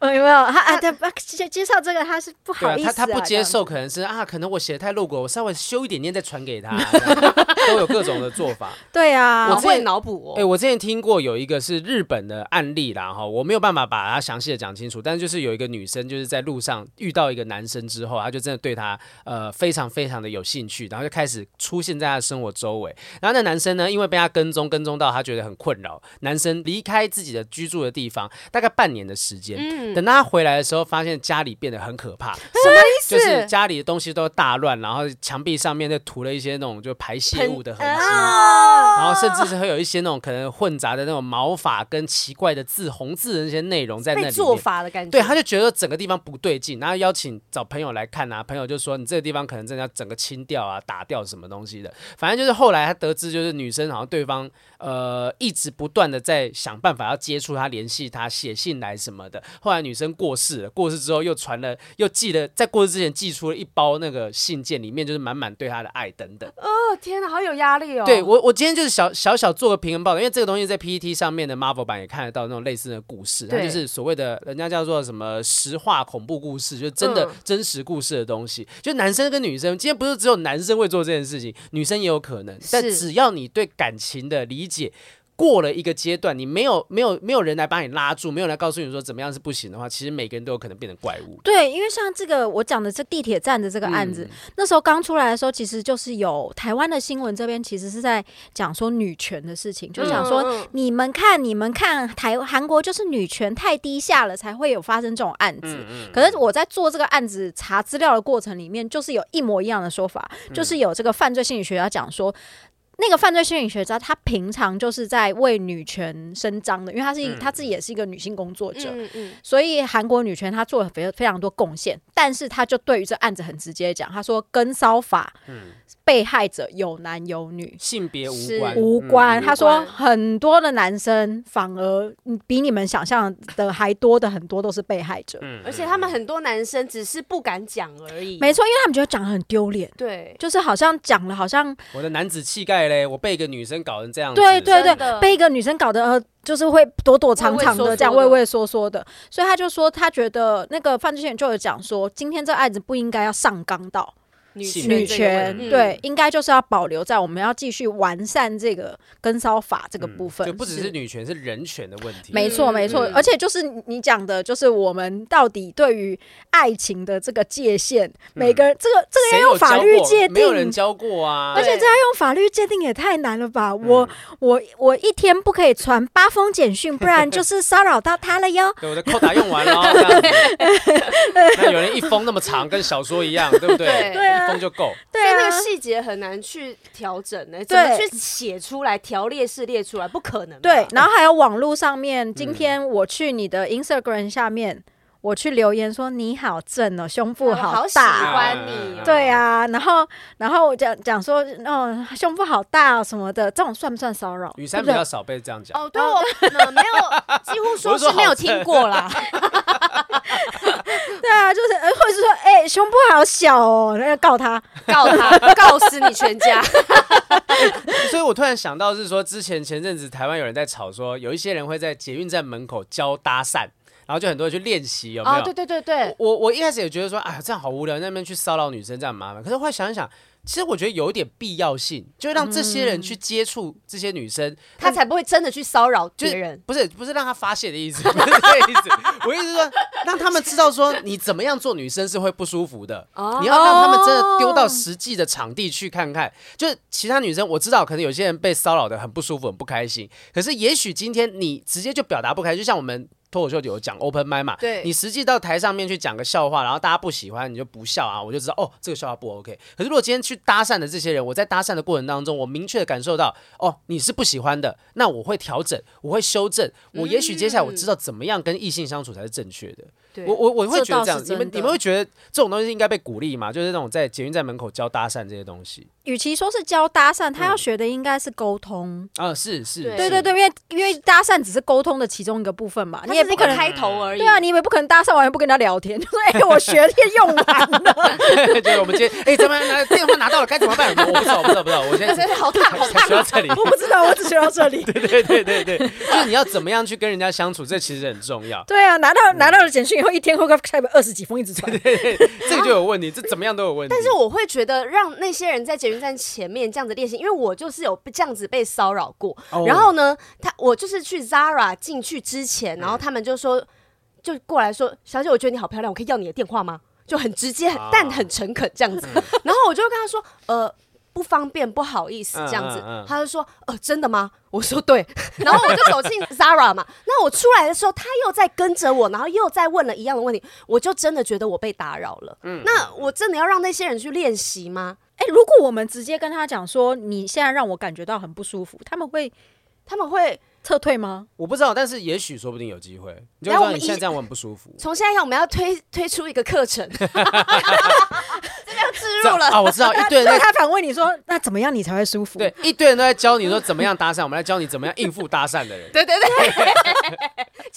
S1: 啊，
S2: 哦、有没有？他啊，他他接接受这个，他是不
S3: 对
S2: 好
S3: 啊
S2: 意，思、
S3: 他
S2: 啊
S3: 他不
S2: 这
S3: 接
S2: 样
S3: 受，可能是啊，可能我写的太露骨，我稍微修一点点再传给他，这样 都有各种的做法。
S2: 对
S1: 我
S2: 啊，
S1: 会脑补
S3: 哎、
S1: 哦。
S3: 我之前听过有一个是日本的案例啦，哈，我没有办法把它详细的讲清楚，但是就是有一个女生就是在路上遇到一个男生之后，她就真的对他呃非常非常的有兴趣，然后就开始出现在她的生活周围。然后那男生呢，因为被她跟踪，跟踪到她觉得很困扰，男生离开自己的居住的地方大概半年的时间，等到他回来的时候，发现家里变得很可怕，
S1: 嗯什么意
S3: 就是？家里的东西都大乱，然后墙壁上面就涂了一些那种就排泄物的痕迹。
S1: 啊，
S3: 然后甚至是会有一些那种可能混杂的那种毛发跟奇怪的字、红字的那些内容在那
S1: 被
S3: 里
S1: 做
S3: 面。
S1: 法的感觉。
S3: 对，他就觉得整个地方不对劲，然后邀请找朋友来看啊，朋友就说你这个地方可能真的要整个清掉啊、打掉什么东西的。反正就是后来他得知，就是女生好像对方呃一直不断的在想办法要接触他、联系他、写信来什么的。后来女生过世了，过世之后又传了，又寄了，在过世之前寄出了一包那个信件，里面就是满满对他的爱等等。
S1: 哦天哪，好有压力哦。
S3: 对我，我今天就是小小小做个平衡报道，因为这个东西在 PPT 上面的 Marvel 版也看得到那种类似的故事，它
S1: 对
S3: 就是所谓的人家叫做什么实话恐怖故事，就是真的
S1: 嗯
S3: 真实故事的东西。就男生跟女生，今天不是只有男生会做这件事情，女生也有可能。但
S1: 是
S3: 只要你对感情的理解。过了一个阶段，你没有没有没有人来把你拉住，没有人来告诉你说怎么样是不行的话，其实每个人都有可能变成怪物。
S2: 对，因为像这个我讲的这地铁站的这个案子，那时候刚出来的时候，其实就是有台湾的新闻这边其实是在讲说女权的事情，就讲说
S1: 嗯嗯
S2: 你们看，你们看，台韩国就是女权太低下了，才会有发生这种案子。可是我在做这个案子查资料的过程里面，就是有一模一样的说法，就是有这个犯罪心理学家讲说。那个犯罪心理学家，他平常就是在为女权伸张的，因为他是、他自己也是一个女性工作者，
S1: 嗯嗯
S2: 所以韩国女权她做了非非常多贡献，但是她就对于这案子很直接讲，她说跟骚法，
S1: 嗯
S2: 被害者有男有女。
S3: 性别无
S1: 是
S3: 关，嗯
S2: 无关，她说
S1: 哎嗯无关
S2: 很多的男生反而嗯比你们想象的还多的很多都是被害者，
S1: 嗯，而且他们很多男生只是不敢讲而已。
S2: 没错，因为他们觉得讲得很丢脸，
S1: 对，
S2: 就是好像讲了好像
S3: 我的男子气概嘞，我被一个女生搞成这样子，
S2: 对对对
S1: 真的
S2: 被一个女生搞得呃，就是会躲躲藏藏
S1: 畏畏缩缩的
S2: 的，这样畏畏缩缩的，所以他就说他觉得那个犯罪嫌疑人就有讲说，今天这案子不应该要上纲到。
S1: 女
S3: 性
S1: 权
S3: 别
S2: 女权
S1: 嗯
S2: 对，应该就是要保留在我们要继续完善这个跟骚法这个部分，
S3: 嗯就不只是女权，是人权的问题。
S2: 没错，
S1: 嗯
S2: 没错，
S1: 嗯
S2: 而且就是你讲的，就是我们到底对于爱情的这个界限，每个人这个这个
S3: 嗯谁
S2: 要用
S3: 有
S2: 法
S3: 教
S2: 律
S3: 过
S2: 界
S3: 没有人
S2: 定，
S3: 教过啊。
S2: 而。且这样用法律界定也太难了吧？我我我一天不可以传八封简讯，不然就是骚扰到他了哟
S3: 对，我的扣打用完了哦，这样子那有人一封那么长，跟小说一样，对不对？
S1: 对
S2: 啊
S3: 一封就够。
S2: 对
S1: 所以
S2: 啊
S1: 那个，细节很难去调整呢、怎
S2: 对
S1: 么去写出来、条列式列出来，不可能吧。啊
S2: 对，然后还有网络上面，今天我去你的 Instagram 下面，我去留言说你好正哦，胸部
S1: 我嗯好喜
S2: 大哦，
S1: 欢你、
S3: 嗯
S1: 哦。
S2: 对啊，然后然后我讲讲说，哦，胸部好大、哦、什么的，这种算不算骚扰？
S3: 雨山比
S2: 对不对
S3: 较少被这样讲，
S1: 哦，对我呃没有，几乎
S3: 我
S1: 说
S3: 是说
S1: 是没有
S3: 好吃
S1: 听过 啦。
S2: 对啊，就是呃或者是说，哎、胸部好小哦，那要告他。
S1: 告他，告死你全家。
S3: 所以我突然想到是说，之前前阵子台湾有人在吵说，有一些人会在捷运站门口教搭讪，然后就很多人去练习， 有没有？
S1: 哦，对对对对，
S3: 我我一开始也觉得说，哎呀，这样好无聊，那边去骚扰女生这样很麻烦。可是后来想一想，其实我觉得有一点必要性，就让这些
S2: 嗯
S3: 人去接触这些女生，
S1: 他才不会真的去骚扰
S3: 就
S1: 别
S3: 是
S1: 人。
S3: 不是不是让她发泄的意思， 不是这个意思。我意思是说，让他们知道说你怎么样做女生是会不舒服的。
S1: 哦
S3: 你要让他们真的丢到实际的场地去看看，就是其他女生，我知道可能有些人被骚扰的很不舒服、很不开心，可是也许今天你直接就表达不开心，就像我们脱口秀有讲 open m i 嘛，
S1: 对
S3: 你实际到台上面去讲个笑话，然后大家不喜欢你就不笑啊，我就知道哦这个笑话不 OK。可是如果今天去搭讪的这些人，我在搭讪的过程当中，我明确的感受到哦你是不喜欢的，那我会调整，我会修正，我也许接下来我知道怎么样跟异性相处才是正确的。
S1: 对
S3: 我我我会
S2: 这
S3: 觉得
S2: 倒
S3: 这样，
S2: 是
S3: 你们
S2: 真的
S3: 你们会觉得这种东西应该被鼓励嘛？就是那种在捷运站门口教搭讪这些东西
S2: 与其说是教搭讪，他
S3: 嗯
S2: 要学的应该是沟通。
S3: 啊，是是，
S1: 对
S2: 对对对，因为因为搭讪只是沟通的其中一个部分嘛，
S1: 它
S2: 你也
S1: 只是
S2: 不
S1: 一个
S2: 可能。
S1: 开头而已。
S2: 对啊，你以为不可能搭讪完不跟他聊天， 就说哎、我学的也用完了，
S3: 对， 就是我们今天哎，怎么拿电话拿到了，该怎么办？我不知道，我不知道，我不知道，我现在
S1: 真 的好烫，好
S3: 才学到这里。
S2: 我不知道，我只学到这里。
S3: 对对对对，就是你要怎么样去跟人家相处，这其实很重要。
S2: 对啊，拿到
S1: 嗯
S2: 拿到了简讯以后，一天会开二十几封，一直传。
S3: 这个就有问题，这怎么样都有问题。
S1: 但是我会觉得让那些人在捷运站前面这样子练习，因为我就是有被这样子被骚扰过。
S3: 哦
S1: 然后呢，他我就是去 Zara 进去之
S3: 嗯
S1: 前，然后他们就说，就过来说，小姐，我觉得你好漂亮，我可以要你的电话吗？就很直接，很
S3: 啊嗯
S1: 但很诚恳这样子。然后我就跟他说，呃。不方便，不好意思，
S3: 嗯
S1: 这样子，
S3: 嗯嗯
S1: 他就说：“呃，真的吗？”我说：“对。” 然后我就走进 Zara 嘛。那我出来的时候，他又在跟着我，然后又在问了一样的问题，我就真的觉得我被打扰了。
S3: 嗯
S1: 那我真的要让那些人去练习吗？
S2: 哎、如果我们直接跟他讲说你现在让我感觉到很不舒服，他们会
S1: 他们会
S2: 撤退吗？
S3: 我不知道，但是也许说不定有机会。你就
S1: 然后我
S3: 说
S1: 们
S3: 你
S1: 一
S3: 现在这样我很不舒服。
S1: 从现在开始，我们要推推出一个课程， 这边要植
S3: 这
S1: 入
S3: 样
S1: 了。
S3: 啊，我知 道，一堆人
S2: 所以
S3: 在
S2: 他反问你说，那怎么样你才会舒服？
S3: 对，一堆人都在教你说怎么样搭讪，我们来教你怎么样应付搭讪的人。
S1: 对对对，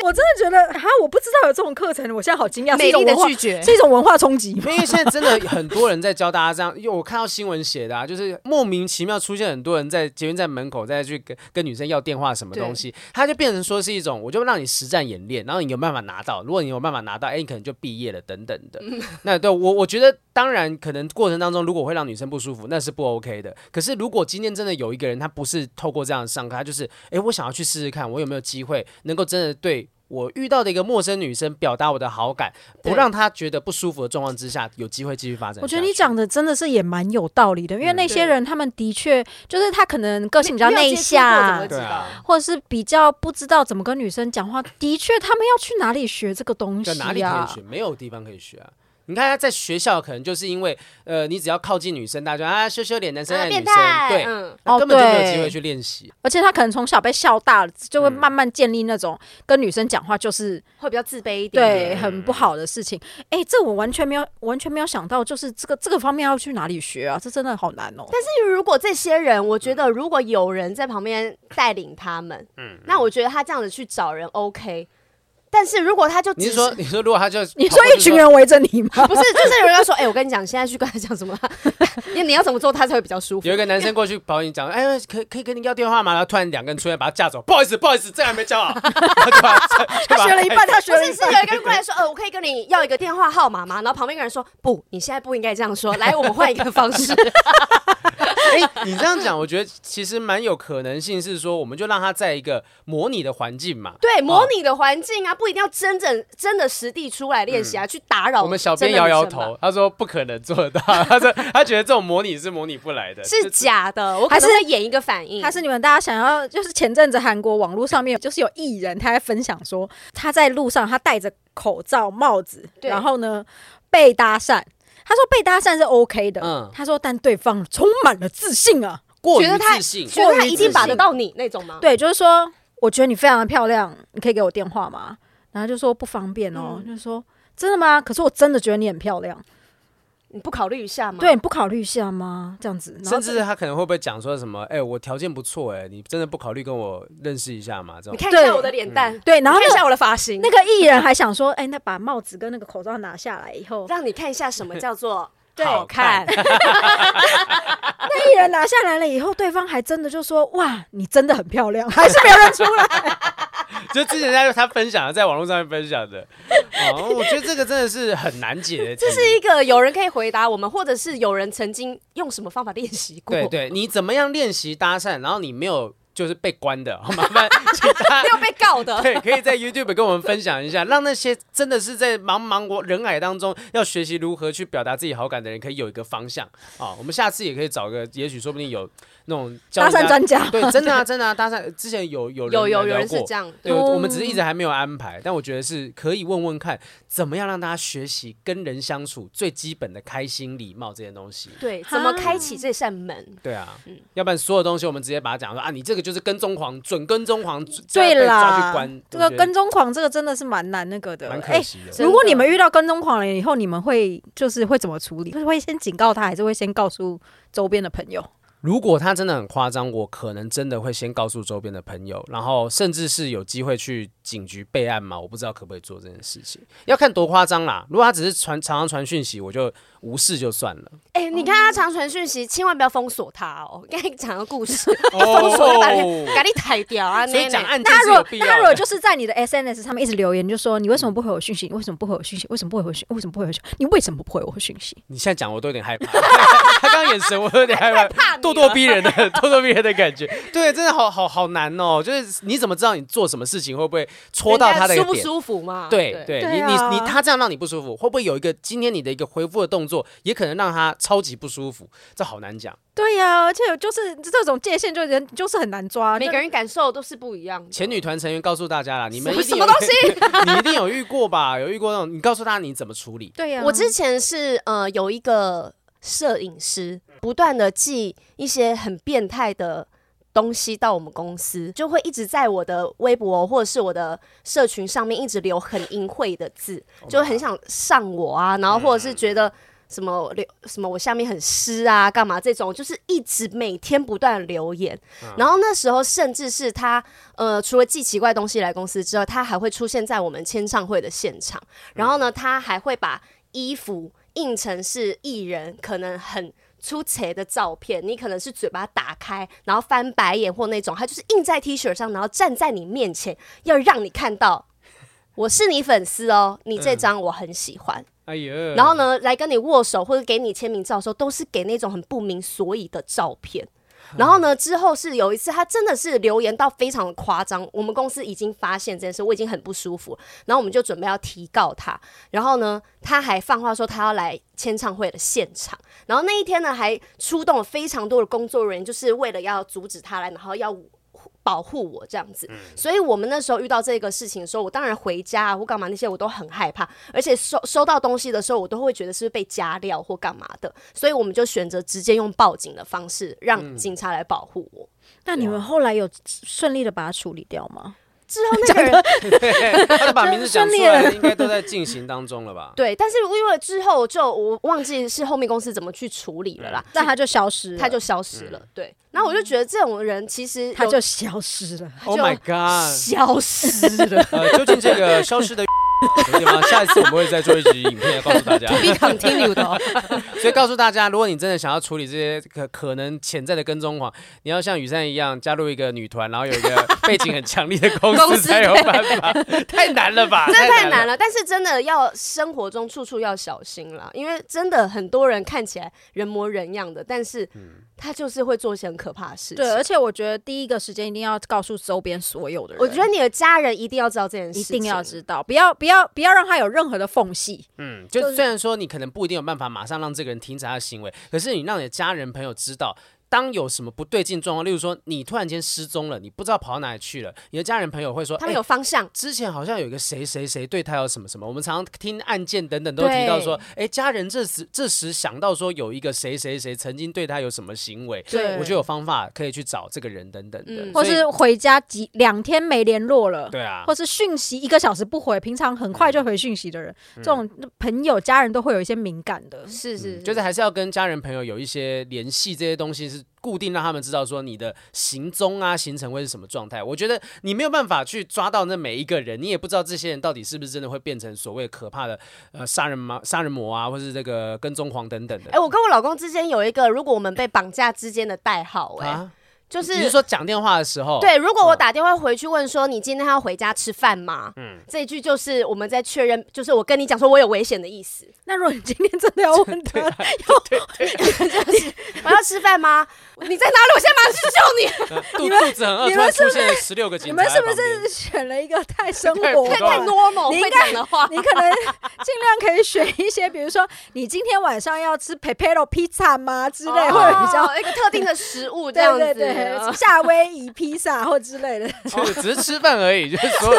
S2: 我真的觉得哈，我不知道有这种课程，我现在好惊讶，是
S1: 美
S2: 一种
S1: 丽的
S2: 文化
S1: 拒，绝。
S2: 是一种文化冲击。
S3: 因为现在真的很多人在教大家这样，因为我看到新闻写的啊，就是莫名其妙出现很多人在捷运站门口再去跟跟女生要电话什么东西，他就变成说是一种，我就让你实战演练，然后你有办法拿到，如果你有办法拿到，哎、你可能就毕业了等等的。那对我我觉得，当然可能过程当中如果会让女生不舒服，那是不 OK 的。可是如果今天真的有一个人，他不是透过这样的上课，他就是哎、诶我想要去试试看，我有没有机会能够真的对。我遇到的一个陌生女生，表达我的好感，
S1: 对
S3: 不让她觉得不舒服的状况之下，有机会继续发展。
S2: 我觉得你，讲的真的是也蛮有道理的，因为
S3: 嗯
S2: 那些人他们的确就是他可能个性比较
S1: 没有接
S2: 内
S1: 触过怎么
S2: 向
S1: 会，知
S3: 对
S1: 道
S3: 啊，
S2: 或者是比较不知道怎么跟女生讲话，的确他们要去哪里学这个东西
S3: 就
S2: 呀、
S3: 哪里可以学？没有地方可以学啊。你看他在学校，可能就是因为，呃，你只要靠近女生，大家就啊羞羞脸，男生
S1: 啊
S3: 爱女
S1: 变
S3: 生，
S1: 态，
S3: 对，
S1: 嗯，
S3: 那
S2: 哦
S3: 根本就没有
S2: 对
S3: 机会去练习。
S2: 而且他可能从小被笑大，就会慢慢建立那种跟女生讲话就是、
S1: 会比较自卑一点。
S2: 对
S3: 嗯
S2: 很不好的事情。哎、这我完全没有完全没有想到，就是这个这个方面要去哪里学啊？这真的好难哦。
S1: 但是如果这些人，我觉得如果
S3: 嗯
S1: 有人在旁边带领他们，嗯，那我觉得他这样子去找人 OK。但是如果他就
S3: 你
S1: 只
S3: 是说，你说如果他就
S2: 你说一群人围着你吗？
S1: 不是，就是有人要说，哎、我跟你讲，现在去跟他讲什么 啦，你你要怎么做他才会比较舒服？
S3: 有一个男生过去跑你讲，哎，可以可以跟你要电话吗？然后突然两个人出来把他架走，不好意思，不好意思，这还没交好， 然后就把就
S2: 他
S3: 把
S2: 学了一半，他学
S1: 不
S2: 了
S1: 是，
S2: 一
S1: 是
S2: 半。
S1: 有一个人过来说，呃，我可以跟你要一个电话号码吗？然后旁边一个人说，不，你现在不应该这样 说，来，我们换一个方 式。
S3: 哎、你这样讲，我觉得其实蛮有可能性是说，我们就让他在一个模拟的环境嘛。
S1: 对，模拟的环境啊，不一定要真正真的实地出来练习啊，去打扰
S3: 我们小编
S1: 真的
S3: 摇
S1: 女
S3: 摇
S1: 生嘛。
S3: 头，他说不可能做得到，他说 他觉得这种模拟是模拟不来的，
S1: 是假的，我可
S2: 还是
S1: 能会演一个反应，
S2: 还是你们大家想要，就是前阵子韩国网络上面就是有艺人，他在分享说他在路上他戴着口罩、帽子，
S1: 对
S2: 然后呢被搭讪。他说被搭讪是 OK 的，
S3: 嗯
S2: 他说但对方充满了自信啊，
S3: 过于
S1: 觉得他
S3: 自信。
S1: 觉得
S2: 过
S1: 他
S2: 于
S1: 一
S2: 自
S1: 定把得
S2: 信
S1: 到你那种
S3: 嗯
S1: 吗？
S2: 对，就是说我觉得你非常的漂亮，你可以给我电话吗？然后就说不方便哦，就说真的吗？可是我真的觉得你很漂亮，
S1: 你不考虑一下吗？
S2: 对，你不考虑一下吗？这样子，然后
S3: 嗯甚至他可能会不会讲说什么？哎、我条件不错，哎，你真的不考虑跟我认识一下吗？这
S1: 你
S3: 种
S1: 看一下
S2: 对
S1: 我的脸蛋，
S2: 对，然后
S1: 你看一
S2: 那
S1: 下我的发型，
S2: 那个艺人还想说，哎、那把帽子跟那个口罩拿下来以后，
S1: 让你看一下什么叫 做
S3: 对
S1: 好看。
S2: 那艺人拿下来了以后，对方还真的就说：“哇，你真的很漂亮。”还是没有认出来。
S3: 就之前在他分享的，在网络上面分享的。哦，我觉得这个真的是很难解的题。
S1: 这是一个有人可以回答我们，或者是有人曾经用什么方法练习过。
S3: 对对，你怎么样练习搭讪，然后你没有就是被关的，好麻烦请他
S1: 没有被告的，
S3: 对，可以在 YouTube 跟我们分享一下，让那些真的是在茫茫我人海当中要学习如何去表达自己好感的人，可以有一个方向啊、我们下次也可以找个，也许说不定有那种教
S2: 搭
S3: 人
S2: 讪
S3: 家。
S2: 专家，
S3: 对，真的啊，真的啊，搭讪之前有有人
S1: 有有
S3: 来
S1: 有
S3: 聊
S1: 人是
S3: 过
S1: 这样，
S3: 对，我我们只是一直还没有安排，但我觉得是可以问问看，怎么样让大家学习跟人相处最基本的开心、礼貌这些东西。
S1: 对，怎么开启这扇门？
S3: 对啊，要不然所有东西我们直接把它讲说啊，你这个就是跟踪狂，准跟踪狂，只要
S2: 对
S3: 被抓去
S2: 啦
S3: 关。，
S2: 这
S3: 我
S2: 个
S3: 觉得
S2: 跟踪狂这个真的是蛮难那个的。
S3: 蛮
S2: 哎
S3: 可惜的。
S1: 真的
S2: 如果你们遇到跟踪狂了以后，你们会就是会怎么处理？就是会先警告他，还是会先告诉周边的朋友？
S3: 如果他真的很夸张，我可能真的会先告诉周边的朋友，然后甚至是有机会去警局备案嘛？我不知道可不可以做这件事情，要看多夸张啦。如果他只是传常常传讯息，我就无视就算了。
S1: 哎，你看他常传讯息，千万不要封锁他哦。刚才讲的故 事，封锁就把你
S3: 哦，
S1: 把你抬掉啊！
S3: 所以
S1: 那
S3: 讲案件
S2: 那
S3: 是
S2: 如
S3: 有
S2: 果
S3: 必
S2: 那如
S3: 要
S2: 果
S3: 的。
S2: 就是在你的 SNS 上面一直留言，就说你为什么不回我讯息？你为什么不回我讯息？为什么不回我讯？为什么不回我讯？你为什么不回我讯息？
S3: 你现在讲我都有点害怕， 他刚刚眼神我有点 害怕。
S1: 怕你了啊
S3: 咄咄逼人 的，咄咄逼人的感觉，对，真的好好好难哦。就是你怎么知道你做什么事情会不会戳到他的一
S1: 人
S3: 个
S1: 家舒不
S3: 点？
S1: 舒服嘛？
S3: 对对，
S2: 对
S3: 你
S2: 啊
S3: 你你他这样让你不舒服，会不会有一个今天你的一个回复的动作，也可能让他超级不舒服？这好难讲。
S2: 对呀、而且就是这种界限，就人就是很难抓。
S1: 每个人感受都是不一样的。
S3: 前女团成员告诉大家啦，你们
S1: 什么
S3: 一
S1: 什
S3: 定
S1: 么
S3: 有
S1: 东
S3: 西， 你一定有遇过吧？有遇过那种，你告诉他你怎么处理，
S2: 对呀、
S1: 我之前是呃有一个摄影师，不断的寄一些很变态的东西到我们公司，就会一直在我的微博或者是我的社群上面一直留很淫秽的字，就很想上我啊，然后或者是觉得。什么留什么我下面很湿啊，干嘛这种，就是一直每天不断地留言。然后那时候甚至是他呃，除了寄奇怪东西来公司之外，他还会出现在我们签唱会的现场。然后呢，他还会把衣服印成是艺人可能很出彩的照片，你可能是嘴巴打开，然后翻白眼或那种，他就是印在 T 恤上，然后站在你面前，要让你看到。我是你粉丝哦，你这张我很喜欢。
S3: 哎呦，
S1: 然后呢，来跟你握手或者给你签名照的时候，都是给那种很不明所以的照片。然后呢，之后是有一次，他真的是留言到非常的夸张，我们公司已经发现这件事，我已经很不舒服，然后我们就准备要提告他。然后呢，他还放话说他要来签唱会的现场。然后那一天呢，还出动了非常多的工作人员，就是为了要阻止他来，然后要保护我这样子。
S2: 嗯
S1: 所以我们那时候遇到这个事情的时候，我当然回家啊或干嘛那些我都很害怕，而且收收到东西的时候，我都会觉得是不是被加料或干嘛的，所以我们就选择直接用报警的方
S2: 嗯
S1: 式让警察来保护我。
S2: 啊那你们后来有顺利的把它处理掉吗？
S1: 之后那个人
S3: 他都把名字讲出
S2: 就是
S3: 来，
S2: 顺
S3: 应该都在进行当中了吧？
S1: 对，但是因为之后就我忘记是后面公司怎么去处理了啦，
S2: 但他就消失了，
S1: 他就消失了。对，然后我就觉得这种人其实
S2: 嗯他
S1: 有
S2: 就啊消失 了。
S3: Oh my god！
S1: 消失了
S3: 呃，究竟这个消失的 有地方，下一次我们会再做一集影片来告诉大家。
S2: be continued 哦，
S3: 所以告诉大家，如果你真的想要处理这些可可能潜在的跟踪狂，你要像雨珊一样加入一个女团，然后有一个背景很强力的 公
S2: 公
S3: 司
S2: 司
S3: 才有办法， 太难了吧？
S1: 真的太难
S3: 了。
S1: 了。但是真的要生活中处处要小心啦，因为真的很多人看起来人模人样的，但是他就是会做一些很可怕的事情。
S2: 对，而且我觉得第一个时间一定要告诉周边所有的人，
S1: 我觉得你的家人一定要知道这件事
S2: 一
S1: 情，
S2: 定要知道，不要不要不要让他有任何的缝隙。
S3: 嗯，就虽然说你可能不一定有办法马上让这个人停止他的行为，可是你让你的家人朋友知道。当有什么不对劲状况，例如说你突然间失踪了，你不知道跑到哪里去了，你的家人朋友会说：“
S1: 他们
S3: 哎
S1: 有方向。
S3: 之前好像有一个谁谁谁对他有什么什么，我们常常听案件等等都会提到说，哎，家人这时这时想到说有一个谁谁谁曾经对他有什么行为，
S1: 对
S3: 我就有方法可以去找这个人等等的，
S1: 嗯
S2: 或
S3: 所以
S2: 是回家几两天没联络了，
S3: 对啊
S2: 或，是讯息一个小时不回，平常很快就回讯息的人，这
S3: 嗯
S2: 种朋友家人都会有一些敏感的。
S1: 是是，
S3: 嗯就是还是要跟家人朋友有一些联系，这些东西是固定让他们知道说你的行踪啊、行程会是什么状态。我觉得你没有办法去抓到那每一个人，你也不知道这些人到底是不是真的会变成所谓可怕的呃杀人魔、杀人魔啊，或是这个跟踪狂等等的。
S1: 哎、我跟我老公之间有一个，如果我们被绑架之间的代号、哎、
S3: 啊，
S1: 就
S3: 你
S1: 是
S3: 是说讲电话的时候？
S1: 对，如果我打电话回去问说你今天要回家吃饭吗？嗯，这一句就是我们在确认，就是我跟你讲说我有危险的意思。
S2: 那如果你今天真的要问 他，
S1: 我要吃饭吗？你在哪里？我现在马上去救你！
S3: 肚，肚子很饿，
S2: 你
S3: 突
S2: 们
S3: 然出现了十六个 警
S2: 你
S3: 察
S2: 们
S3: 在
S2: 是
S3: 旁
S2: 不
S3: 边。
S2: 是选了一个太生
S3: 太
S2: 活
S3: 太
S2: 化
S3: 太
S1: normal
S2: 你应
S1: 会
S2: 该
S1: 讲的 话
S2: 你可能 尽量可以选一些，比如说你今天晚上要吃 pepperoni pizza 吗之类，或者比较
S1: 一个特定的食物哦这
S2: 对
S1: 样子。哦
S2: 对对， 夏威夷披萨或之类的，
S3: 是哦只是吃饭而已？就是 说，会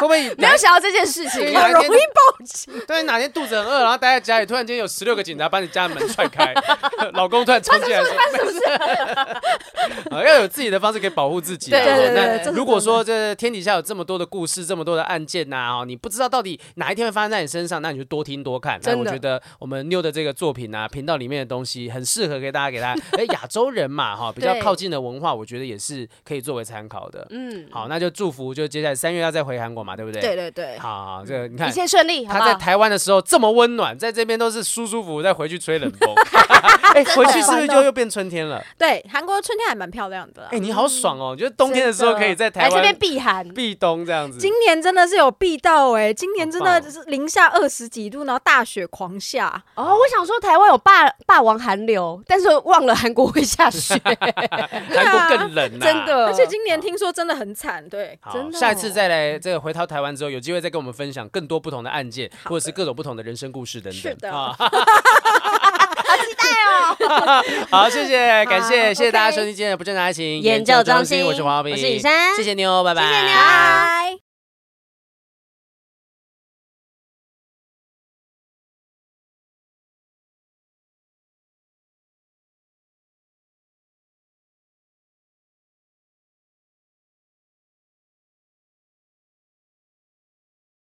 S3: 不会
S1: 没有想到这件事情啊
S3: 对，
S2: 好容易暴击。
S3: 对哪天肚子很饿，然后待在家里，突然间有十六个警察把你家的门踹开， 老公突然冲进来说：“没事。 啊要有自己的方式可以保护自己啊。
S1: 对对对
S3: 那
S1: 对
S2: 这是
S3: 如果
S2: 真的
S3: 说这天底下有这么多的故事，这么多的案件呐、哦，你不知道到底哪一天会发生在你身上，那你就多听多看。那
S1: 真
S3: 我
S1: 的
S3: 觉得我们妞的这个作品啊，频道里面的东西很适合给大家给大家，哎，亚洲人嘛哈、比较
S1: 对
S3: 靠近的文化，我觉得也是可以作为参考的。
S1: 嗯，
S3: 好，那就祝福，就接下来三月要再回韩国嘛，对不对？
S2: 对。对对，
S3: 好，这个你看
S1: 一，切顺利，好
S3: 他
S1: 不
S3: 在
S1: 好？
S3: 台湾的时候这么温暖，在这边都是舒舒服服，再回去吹冷风。 哎、回去是不是就又变春天了？
S2: 对，韩国春天还蛮漂亮的啦
S3: 哎、。你好爽
S1: 嗯
S3: 哦！你觉得冬天的时候可以在台
S1: 来这边
S3: 湾
S1: 避寒，
S3: 避冬这样子，
S2: 今年真的是有避到哎、今年真
S3: 好
S2: 的
S3: 棒哦
S2: 是零下二十几度，然后大雪狂下，
S1: 哦，我想说台湾有霸霸王寒流，但是忘了韩国会下 雪，
S3: 韩国更冷、啊，
S1: 真。的。
S2: 而且今年听说真的很惨，对，
S3: 好
S1: 真，的哦
S3: 下一次再来这个回到台湾之后，有机会再跟我们分享更多不同的案件，或者是各种不同的人生故事等等。
S2: 是的
S3: 啊， 好期待哦！好，谢谢，感谢，谢谢大家收听今天的不正常爱情
S1: 研究中心
S3: 我是黄浩平，
S1: 我是雨珊
S3: 哦谢谢妞，拜拜，
S1: 谢谢妞哦
S2: 拜。